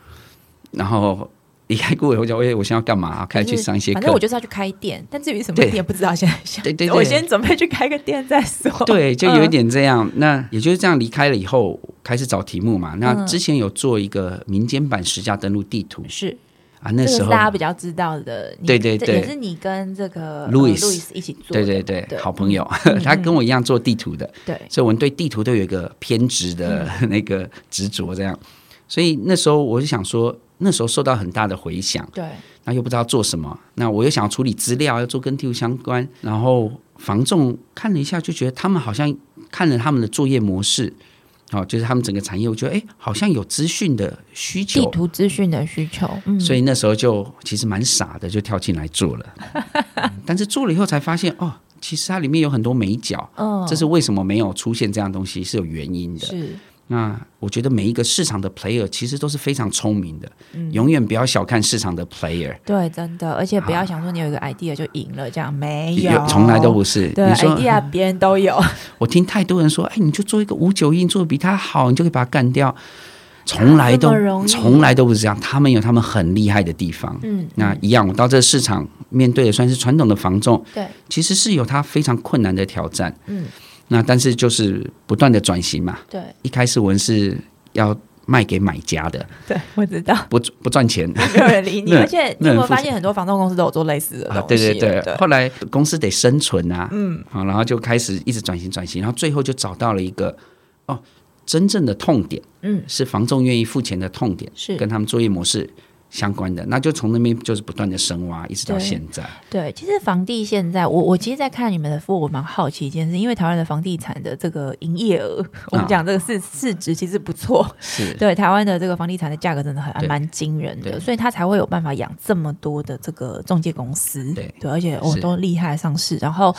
然后离开 Google 以后就，哎，我现在要干嘛？开始去上一些反正课我。就是要去开店，但至于什么对店不知道，现在想，对对对我先准备去开个店再说。对，就有一嗯点这样。那也就是这样离开了以后，开始找题目嗯嘛。那之前有做一个民间版实价登录地图嗯是，啊，那这个时是候大家比较知道的。你对对这对也是你跟这个 Louis 路易斯一起做对的，对对，对嗯好朋友， 他跟我一样做地图的，对，嗯所以我们对地图都有一个偏执的 那个执着，这样。所以那时候我就想说，那时候受到很大的回响，对，那又不知道做什么，那我又想要处理资料，要做跟地图相关，然后房仲看了一下，就觉得他们好像看了他们的作业模式。哦，就是他们整个产业，我觉得哎，好像有资讯的需求，地图资讯的需求，嗯，所以那时候就其实蛮傻的，就跳进来做 了。但是做了以后才发现，哦，其实它里面有很多美角，嗯，这是为什么没有出现这样东西是有原因的。是那我觉得每一个市场的 player 其实都是非常聪明的，嗯永远不要小看市场的 player。对，真的，而且不要想说你有一个 idea 就赢了，这样没从来都不是。哎对哎你说， idea，别人都有，我听太多人说，哎，你就做一个五九一，你做的比他好，你就可以把他干掉。从来这都么容易从来都不是这样，他们有他们很厉害的地方。嗯，那一样，我到这个市场面对的算是传统的房仲，对，其实是有它非常困难的挑战。嗯，那但是就是不断的转型嘛。对一开始我们是要卖给买家的，对，我知道，不不赚钱。 没有人理你，那而且你那有没很有复发杂现很多房东公司都有做类似的啊，东对西？对对，后来公司得生存啊，嗯，好，然后就开始一直转型转型，然后最后就找到了一个哦，真正的痛点嗯，是房仲愿意付钱的痛点，是跟他们作业模式相关的，那就从那边就是不断的深挖，一直到对现在。对，其实房地现在，我我其实，在看你们的服务，我蛮好奇一件事，因为台湾的房地产的这个营业额，我啊们讲这个市市值其实不错，是对台湾的这个房地产的价格真的很还对蛮惊人的，对所以他才会有办法养这么多的这个中介公司，对而且哦是都厉害上市，然后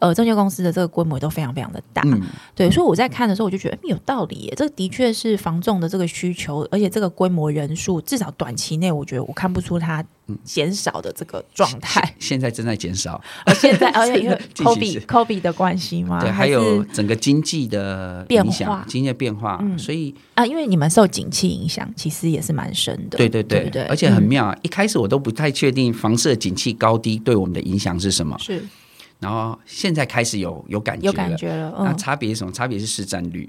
呃中介公司的这个规模也都非常非常的大，嗯，对，所以我在看的时候我就觉得、嗯、有道理耶，这个的确是房仲的这个需求，而且这个规模人数至少短期内，我觉得我看不出它减少的这个状态。现在正在减少，而现 在而且因为近期 Kobe 是 Kobe 的关系吗？对，还啊还是有整个经济的变影响化经济的变化，所以啊，因为你们受景气影响，其实也是蛮深的。对对对对，不对，而且很嗯妙啊、一开始我都不太确定房市的景气高低对我们的影响是什么，是然后现在开始有有感觉有了。感觉了。那嗯，差别是什么？差别是市占率，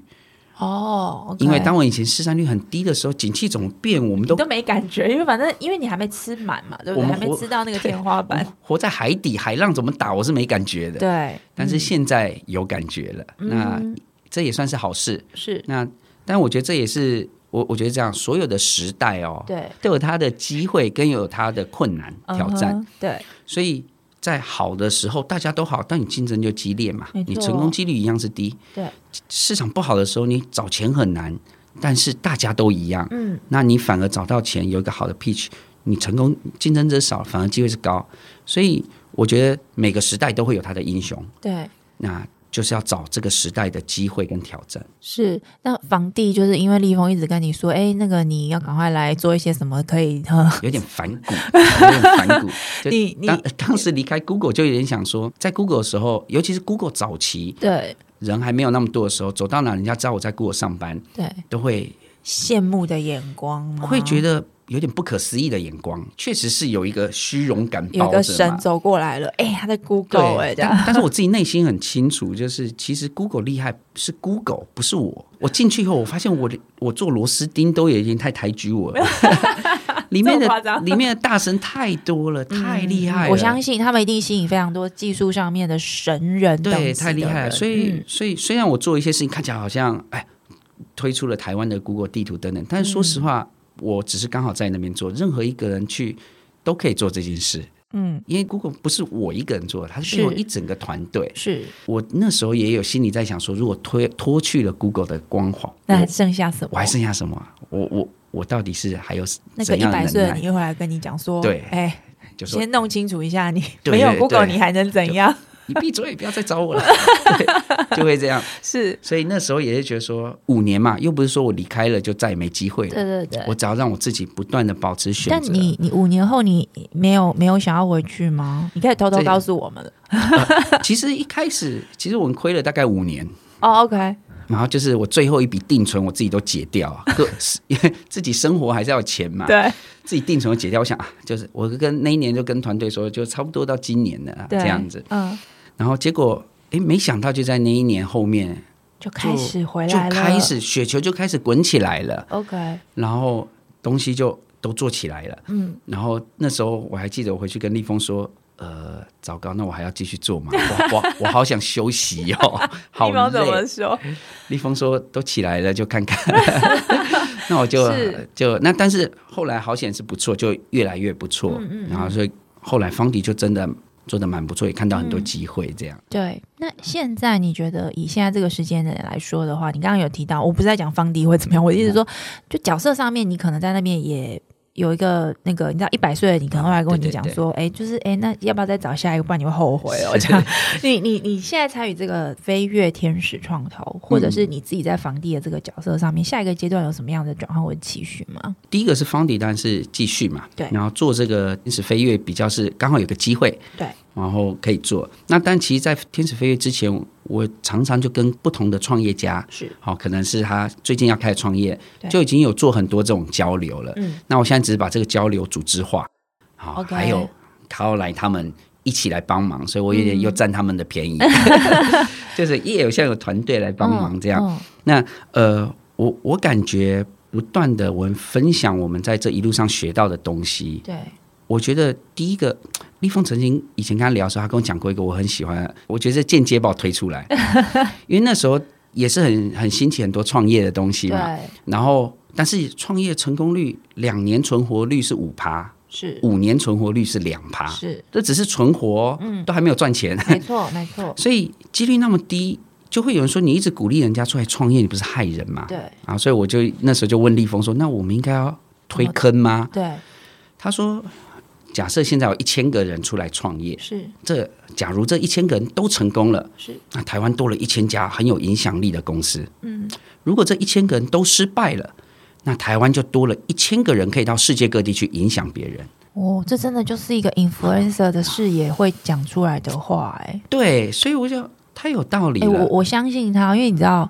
哦，OK，因为当我以前市占率很低的时候，景气怎么变，我们你都都没感觉，因为反正因为你还没吃满嘛，对不我对？还们没活吃到 那个天花板。活在海底，海浪怎么打，我是没感觉的。对，嗯但是现在有感觉了，那这也算是好事。是，那但我觉得这也是我，我觉得这样，所有的时代哦，对，都有它的机会，跟有它的困难挑战。嗯哼，对，所以在好的时候大家都好，但你竞争就激烈嘛，没错你成功几率一样是低。对，市场不好的时候，你找钱很难，但是大家都一样，嗯，那你反而找到钱，有一个好的 pitch，你成功竞争者少，反而机会是高。所以我觉得每个时代都会有他的英雄，对。那就是要找这个时代的机会跟挑战。是，那房地就是因为立峰一直跟你说，哎，那个你要赶快来做一些什么可以，呵有点反骨，有点反骨。就你你当当时离开 Google 就有点想说，在 Google 的时候，尤其是 Google 早期对人还没有那么多的时候，走到哪人家知道我在 Google 上班，对，都会羡慕的眼光吗？会觉得有点不可思议的眼光，确实是有一个虚荣感有包一个着神嘛。走过来了，哎、他在 Google 哎、对，这样但但是我自己内心很清楚，就是其实 Google 厉害是 Google，不是我。我进去以后，我发现我我做螺丝钉都已经太抬举我 了，里面这么夸的张嗯里面的大神太多了，太厉害了。我相信他们一定吸引非常多技术上面的神人等级的对，人，太厉害了。所以，嗯所以虽然我做一些事情看起来好像哎，推出了台湾的 Google 地图等等，但是嗯说实话，我只是刚好在那边做，任何一个人去都可以做这件事。嗯，因为 Google 不是我一个人做的，它是是背后一整个团队。是我那时候也有心里在想说，如果脱脱去了 Google 的光环，那还我剩下什么？我还剩下什么？啊我我我到底是还有那个怎一样的百岁能的耐？你又会来跟你讲说，对哎、就说先弄清楚一下你，对没有对 Google 对你还能怎样？你闭嘴，不要再找我了， 对就会这样。是，所以那时候也是觉得说，五年嘛，又不是说我离开了就再也没机会了。对对我只要让我自己不断的保持选但择。你你五年后你没有没有想要回去吗？你可以偷偷这告诉我们了。其实一开始，其实我们亏了大概五年，哦，OK，然后就是我最后一笔定存我自己都解掉啊，各 因为自己生活还是要有钱嘛，对自己定存都解掉，我想啊，就是我跟那一年就跟团队说，就差不多到今年了啊对，这样子，嗯，然后结果哎，没想到就在那一年后面就开始回就来了，开始雪球就开始滚起来了， OK，然后东西就都做起来了，嗯，然后那时候我还记得我回去跟立峰说。呃，糟糕，那我还要继续做吗？我我我好想休息哦， 好你们怎么累。说？立峰说都起来了，就 看看。那我就是就那，但是后来好险是不错，就越来越不错。嗯然后所以后来方迪就真的做的蛮不错，也看到很多机会这样。对，那现在你觉得以现在这个时间点来说的话，你刚刚有提到，我不是在讲方迪会怎么样，我的意思是说，嗯就角色上面，你可能在那边也有一个那个，你知道一百岁了，你可能会来跟对你对讲对说，哎，就是哎，那要不要再找下一个，不然你会后悔 哦。这样，你你你现在参与这个飞跃天使创投，或者是你自己在房地的这个角色上面，下一个阶段有什么样的转换或者期许吗？第一个是方迪，当然是继续嘛，对然后做这个天使飞跃比较是刚好有个机会，对，然后可以做。那但其实，在天使飞跃之前，我常常就跟不同的创业家，是好、可能是他最近要开始创业对，就已经有做很多这种交流了。嗯，那我现在只是把这个交流组织化，好、 OK 还有靠来他们。一起来帮忙，所以我有嗯点又占他们 的便宜，就是也有像有团队来帮忙这样。嗯那呃，我我感觉不断的我们分享我们在这一路上学到的东西。对，我觉得第一个，立峰曾经以前跟他聊的时候，他跟我讲过一个我很喜欢的，我觉得这间接把我推出 来，因为那时候也是很很新奇很多创业的东西嘛。对，然后，但是创业成功率两年存活率是五趴，是五年存活率是两趴，是，这只是存活，嗯，都还没有赚钱， 没错没错，所以几率那么低，就会有人说你一直鼓励人家出来创业，你不是害人吗？对啊，所以我就那时候就问立峰说：“那我们应该要推坑吗对？”他说：“假设现在有一千个人出来创业，是这假如这一千个人都成功了，是那台湾多了一千家很有影响力的公司。嗯，如果这一千个人都失败了，那台湾就多了一千个人可以到世界各地去影响别人。哦，这真的就是一个 influencer 的视野会讲出来的话、哎对，所以我就太有道理哎，我了。我相信他，因为你知道，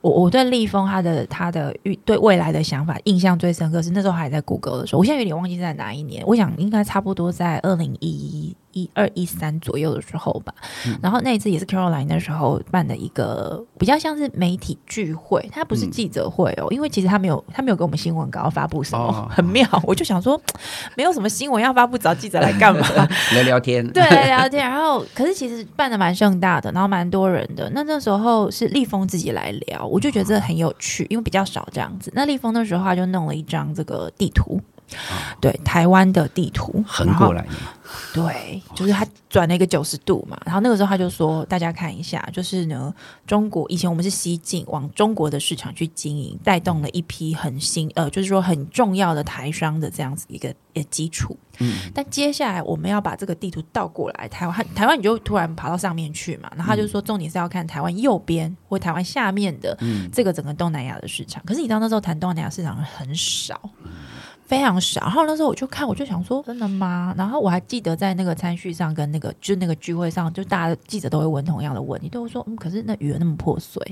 我我对立峰他的他的预对未来的想法印象最深刻是那时候还在谷歌的时候，我现在有点忘记在哪一年，我想应该差不多在二零一一一二一三左右的时候吧。然后那一次也是 Caroline 那时候办的一个比较像是媒体聚会，它不是记者会哦，因为其实他没有他没有给我们新闻稿要发布什么，哦很妙。我就想说，没有什么新闻要发布，找记者来干嘛？聊聊天，对，聊天。然后，可是其实办的蛮盛大的，然后蛮多人的。那那时候是立峰自己来聊，我就觉得这很有趣，因为比较少这样子。那立峰那时候他就弄了一张这个地图。对台湾的地图 横过，来，然后对，就是他转了一个九十度嘛。然后那个时候他就说，大家看一下，就是呢，中国以前我们是西进，往中国的市场去经营，带动了一批很新呃，就是说很重要的台商的这样子一个呃基础。但接下来我们要把这个地图倒过来，台湾台湾你就突然爬到上面去嘛，然后他就说重点是要看台湾右边或台湾下面的这个整个东南亚的市场。可是你知道那时候谈东南亚市场很少。非常少，然后那时候我就看，我就想说，真的吗？然后我还记得在那个餐叙上跟那个就是那个聚会上，就大家记者都会问同样的问题，都会说，嗯，可是那语言那么破碎，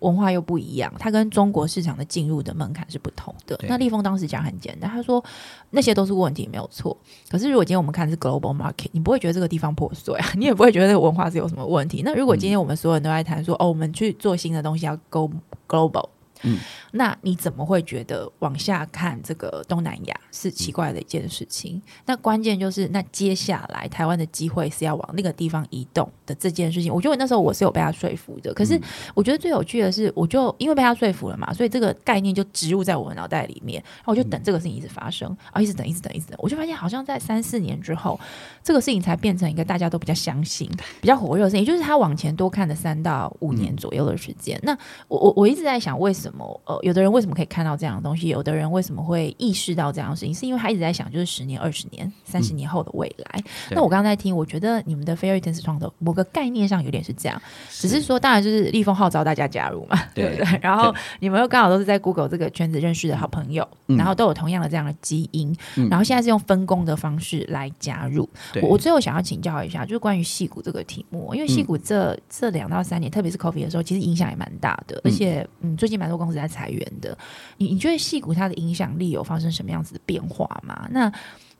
文化又不一样，它跟中国市场的进入的门槛是不同的。对那立峰当时讲很简单，他说那些都是问题，没有错。可是如果今天我们看的是 global market，你不会觉得这个地方破碎啊， 你也不会觉得这个文化是有什么问题。那如果今天我们所有人都在谈说，哦，我们去做新的东西要 go global。嗯，那你怎么会觉得往下看这个东南亚是奇怪的一件事情？那关键就是，那接下来台湾的机会是要往那个地方移动的这件事情。我觉得我那时候我是有被他说服的，可是我觉得最有趣的是，我就因为被他说服了嘛，所以这个概念就植入在我的脑袋里面，然后我就等这个事情一直发生，啊，一直等，一直等，一直等，我就发现好像在三四年之后，这个事情才变成一个大家都比较相信、比较火热的事情，也就是他往前多看了三到五年左右的时间。那我我我一直在想，为什么呃，有的人为什么可以看到这样的东西，有的人为什么会意识到这样的事情，是因为他一直在想，就是十年、二十年、三十年后的未来。嗯对那我刚刚在听，我觉得你们的 Fairy Tales 创投某个概念上有点是这样，只是说当然就是立峰号召大家加入嘛，对对不对？然后对嗯你们又刚好都是在 Google 这个圈子认识的好朋友，然后都有同样的这样的基因，然后现在是用分工的方式来加入。对我我最后想要请教一下，就是关于戏骨这个题目，哦因为嗯戏骨这、这两到三年，特别是 COVID 的时候，其实影响也蛮大的，而且嗯，最近蛮多公司在裁员的。你你觉得戏骨它的影响力有发生什么样子的变化吗？那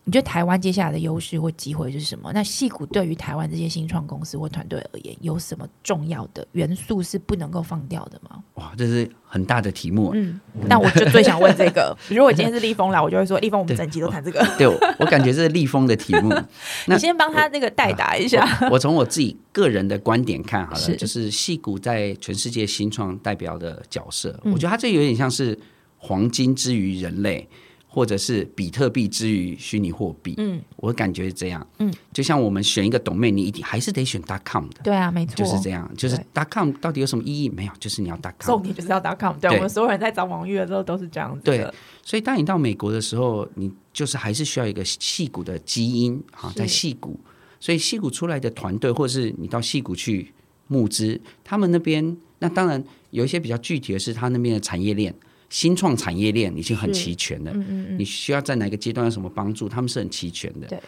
你觉得台湾接下来的优势或机会是什么？那戏骨对于台湾这些新创公司或团队而言，有什么重要的元素是不能够放掉的吗？哇，这是很大的题目。嗯，那我就最想问这 个。如果今天是立峰来，我就会说立峰，我们整集都谈这个。对我，我感觉这是立峰的题目。那你先帮他那个代打一下。我从我自己个人的观点看好了，是就是戏骨在全世界新创代表的角色，嗯我觉得它这有点像是黄金之于人类，或者是比特币之于虚拟货币。嗯，我感觉这样。嗯，就像我们选一个 domain，你一定还是得选 .com 的， 对啊，没错，就是这样。就是对 .com 到底有什么意义？没有，就是你要 .com 重。点就是要 .com，对啊对我们所有人在找网域的时候都是这样子的。对，所以当你到美国的时候，你就是还是需要一个戏骨的基因啊，是在戏骨，所以戏骨出来的团队，或者是你到戏骨去募资，他们那边那当然有一些比较具体的是，他那边的产业链。新创产业链已经很是齐全了，嗯嗯嗯，你需要在哪个阶段有什么帮助，他们是很齐全的。对，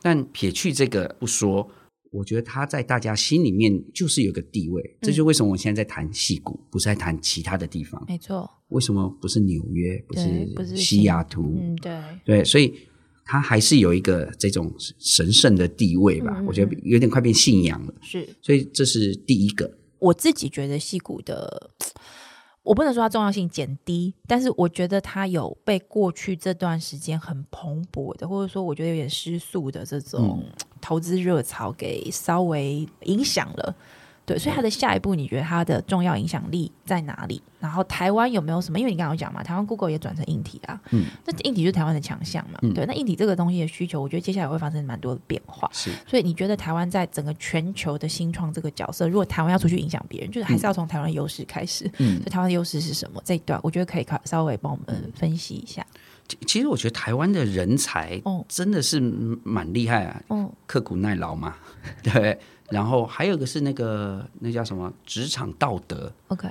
但撇去这个不说，我觉得他在大家心里面就是有个地位，嗯这就是为什么我现在在谈戏骨，不是在谈其他的地方。没错，为什么不是纽约，不对不是是新西雅图？嗯，对，对，所以它还是有一个这种神圣的地位吧。嗯嗯我觉得有点快变信仰了，是所以这是第一个。我自己觉得戏骨的。我不能说它重要性减低，但是我觉得它有被过去这段时间很蓬勃的，或者说我觉得有点失速的这种嗯投资热潮给稍微影响了。对，所以它的下一步，你觉得它的重要影响力在哪里？然后台湾有没有什么？因为你刚刚有讲嘛，台湾 Google 也转成硬体啊，嗯，那硬体就是台湾的强项嘛，对。那硬体这个东西的需求，我觉得接下来会发生蛮多的变化。是所以你觉得台湾在整个全球的新创这个角色，如果台湾要出去影响别人，就是还是要从台湾的优势开始。嗯所以台湾的优势是什么？这一段我觉得可以稍微帮我们分析一下。其其实我觉得台湾的人才哦真的是蛮厉害啊，嗯，刻苦耐劳嘛， 对不对。然后还有一个是那个那叫什么职场道德， OK，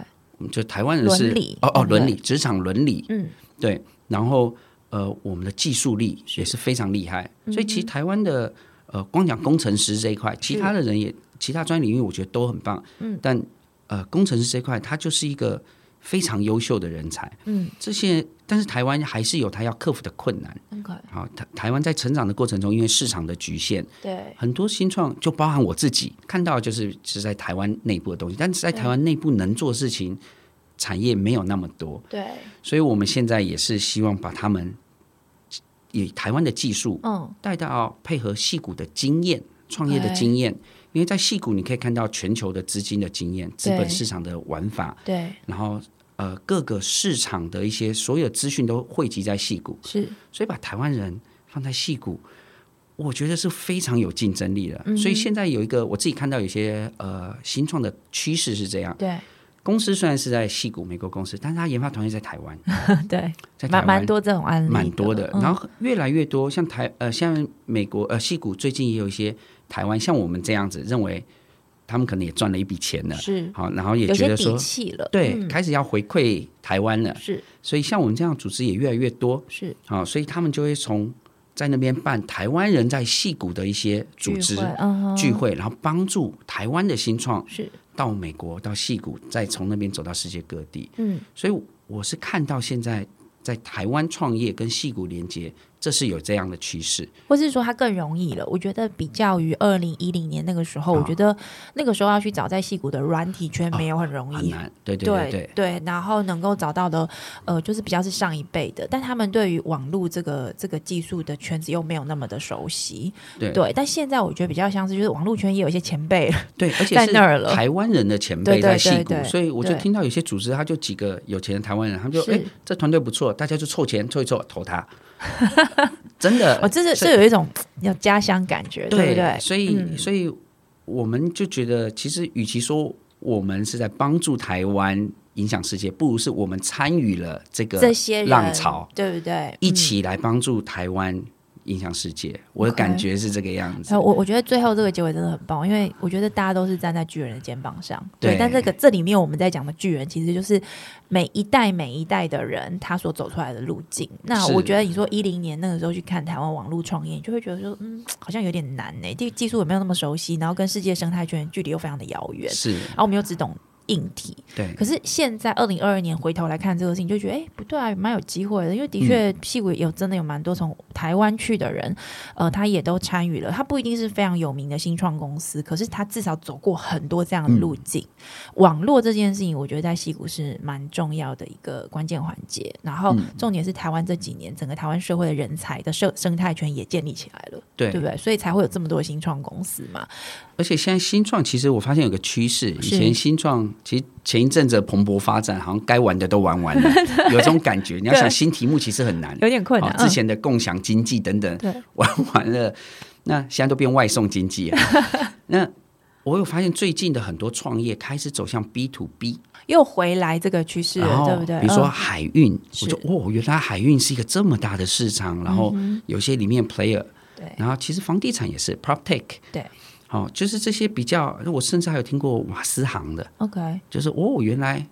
就台湾人是伦理哦哦对不对伦理职场伦理，嗯，对，然后呃，我们的技术力也是嗯非常厉害，所以其实台湾的呃，光讲工程师这一块，其他的人也其他专业领域，我觉得都很棒，嗯，但呃，工程师这一块，他就是一个非常优秀的人才，嗯，这些，但是台湾还是有他要克服的困难。 OK，好，台台湾在成长的过程中，因为市场的局限，对，很多新创就包含我自己看到，就是是在台湾内部的东西，但是在台湾内部能做的事情，产业没有那么多，对，所以我们现在也是希望把他们以台湾的技术嗯，带到配合戏股的经验、创业的经验，因为在戏股你可以看到全球的资金的经验、资本市场的玩法，对，然后呃各个市场的一些所有资讯都汇集在戏股，是，所以把台湾人放在戏股。我觉得是非常有竞争力嗯的，所以现在有一个我自己看到有些呃新创的趋势是这样，对，公司虽然是在戏股美国公司，但是它研发团队在台湾， 对，在台蛮湾蛮多这种案例，蛮多的，嗯然后越来越多，像台呃，像美国呃，戏股最近也有一些台湾像我们这样子认为，他们可能也赚了一笔钱了，是好，然后也有觉些得底说，气了，对，嗯开始要回馈台湾了，是所以像我们这样组织也越来越多，是好，所以他们就会从在那边办台湾人在戏股的一些组织聚会嗯哼聚会，然后帮助台湾的新创是，到美国到戏股，再从那边走到世界各地，嗯，所以我是看到现在在台湾创业跟戏骨连接，这是有这样的趋势。或是说它更容易了。我觉得比较于二零一零年那个时候，我啊觉得那个时候要去找在戏骨的软体圈没有很容很易，难，对对对对对，然后能够找到的，呃，就是比较是上一辈的，但他们对于网络这个这个技术的圈子又没有那么的熟悉，对对。但现在我觉得比较像是，就是网络圈也有一些前辈了，对，而且在是那儿了台湾人的前对辈对在戏对骨对，所以我就对听到有些组织，他就几个有钱的台湾人，他们就是哎，这团队不错，大家就凑钱凑一凑投他， 真的，哦，这是所以这有一种有家乡感觉，对嗯不对？所以、所以我们就觉得，其实与其说我们是在帮助台湾影响世界，不如是我们参与了这个这些人嗯浪潮，对不对？一起来帮助台湾影响世界。我的感觉是这个样子呃，。我我觉得最后这个结尾真的很棒，因为我觉得大家都是站在巨人的肩膀上。对但这个这里面我们在讲的巨人，其实就是每一代每一代的人他所走出来的路径。那是我觉得你说一零年那个时候去看台湾网络创业，你就会觉得说，嗯，好像有点难呢、技技术也没有那么熟悉，然后跟世界生态圈距离又非常的遥远，是，然后我们又只懂硬体。对，可是现在二零二二年回头来看这个事情，就觉得哎、诶不对啊，蛮有机会的，因为的嗯确戏骨有真的有蛮多从台湾去的人，呃，他也都参与了，他不一定是非常有名的新创公司，可是他至少走过很多这样的嗯路径。网络这件事情，我觉得在戏骨是蛮重要的一个关键环节。然后嗯重点是台湾这几年整个台湾社会的人才的生生态圈也建立起来了，对哦对不对？所以才会有这么多新创公司嘛。而且现在新创，其实我发现有个趋势，以是前新创其实前一阵子的蓬勃发展，好像该玩的都玩完 了，有这种感觉。你要想新题目其实很难，有点困难好嗯啊之前的共享经济等等，对玩完了，那现在都变外送经济啊。 那我有发现最近的很多创业开始走向 B to B，嗯又回来这个趋势然了，后对不对？哦比如说嗯海运，是嗯我就哦，原来海运是一个这么大的市场，然后有些里面 player，对然后其实房地产也是 prop tech，对好、就是这些比较，我甚至还有听过瓦斯行的， ，OK。就是哦，原来，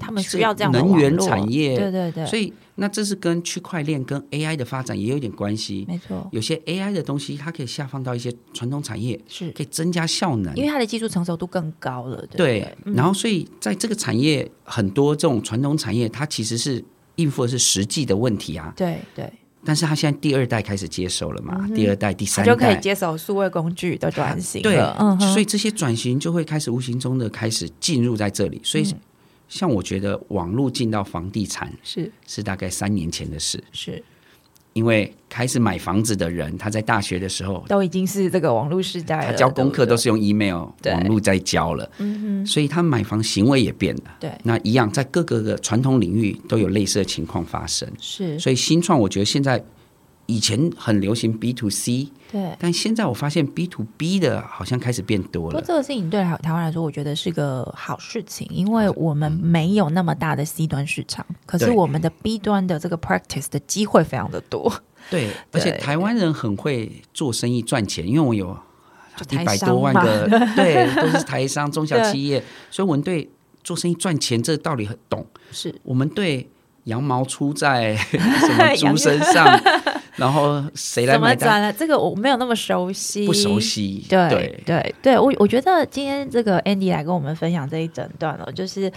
他们需要这样的能源网络产业对对对，所以那这是跟区块链跟 AI 的发展也有点关系。没错，有些 AI 的东西，它可以下放到一些传统产业，是可以增加效能。因为它的技术成熟度更高了，对不对对，嗯然后所以在这个产业，很多这种传统产业，它其实是应付的是实际的问题啊。对对，但是它现在第二代开始接手了嘛，第二代、第它三代就可以接手数位工具的转型对了，嗯，所以以这些转型就会开始无形中的开始进入在这里。所嗯以，像我觉得网络进到房地产是是大概三年前的事，是因为开始买房子的人，他在大学的时候，都已经是这个网络时代他了，交功课对都不是用 email 对嗯网络在交了，所以他买房行为也变了。对对那一样，在各个的传统领域都有类似的情况发生。是，所以新创，我觉得现在以前很流行 B to C，对。但现在我发现 B to B 的好像开始变多不过了。这个事情对台台湾来说，我觉得是个好事情，因为我们没有那么大的 C 端市场，可是嗯对我们的 B 端的这个 practice 的机会非常的多，对，而且台湾人很会做生意赚钱，因为我有就一台百商多万嘛个，对，都是台 商、中小对企业，所以我们对做生意赚钱这个道理很懂。是我们对羊毛出在 什么猪身 上，然后谁来怎么买单转啊了？这个我没有那么熟悉，不熟悉，对对对，我我觉得今天这个 Andy 来跟我们分享这一整段哦，就是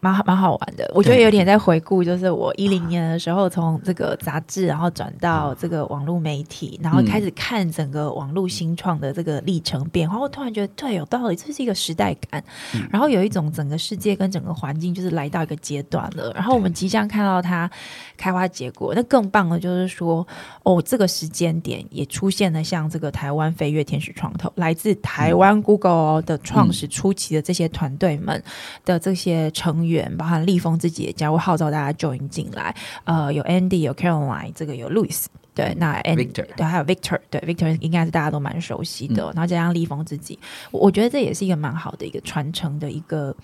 蛮好蛮好玩的。我觉得对有点在回顾，就是我一零年的时候从这个杂志，然后转到这个网络媒体，然后开始看整个网络新创的这个历程变化。我突然觉得，对，有道理，这是一个时代感。然后有一种整个世界跟整个环境就是来到一个阶段了，然后我们即将看到它开花结果。那更棒的就是说，哦，这个时间点也出现了像这个台湾飞跃天使创投，来自台湾 Google 哦的创始初期的这些团队们的这些成员，包含立峰自己也加入，号召大家 join 进来。呃，有 Andy，有 Caroline，这个有 Louis。对，那 Andy, Victor 对，还有 Victor，对 Victor 应该是大家都蛮熟悉的哦、然后加上立峰自己，我我觉得这也是一个蛮好的一个传承的一个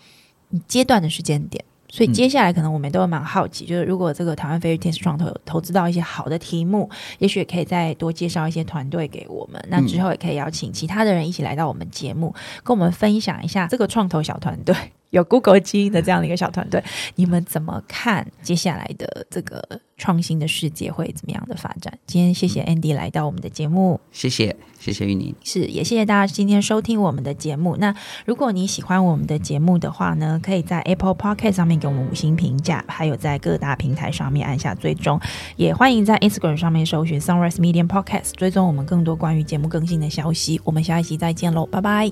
嗯阶段的时间点。所以接下来可能我们都蛮好奇，就是如果这个台湾飞跃天使创投有投资到一些好的题目，也许也可以再多介绍一些团队给我们。那之后也可以邀请其他的人一起来到我们节目，跟我们分享一下这个创投小团队有 Google 基因的这样的一个小团队，你们怎么看接下来的这个创新的世界会怎么样的发展？今天谢谢 Andy 来到我们的节目。谢谢，谢谢玉宁，是，也谢谢大家今天收听我们的节目。那如果你喜欢我们的节目的话呢，可以在 Apple Podcast 上面给我们五星评价，还有在各大平台上面按下追踪。也欢迎在 Instagram 上面搜寻 Sunrise Media Podcast，追踪我们更多关于节目更新的消息。我们下一期再见喽，拜拜。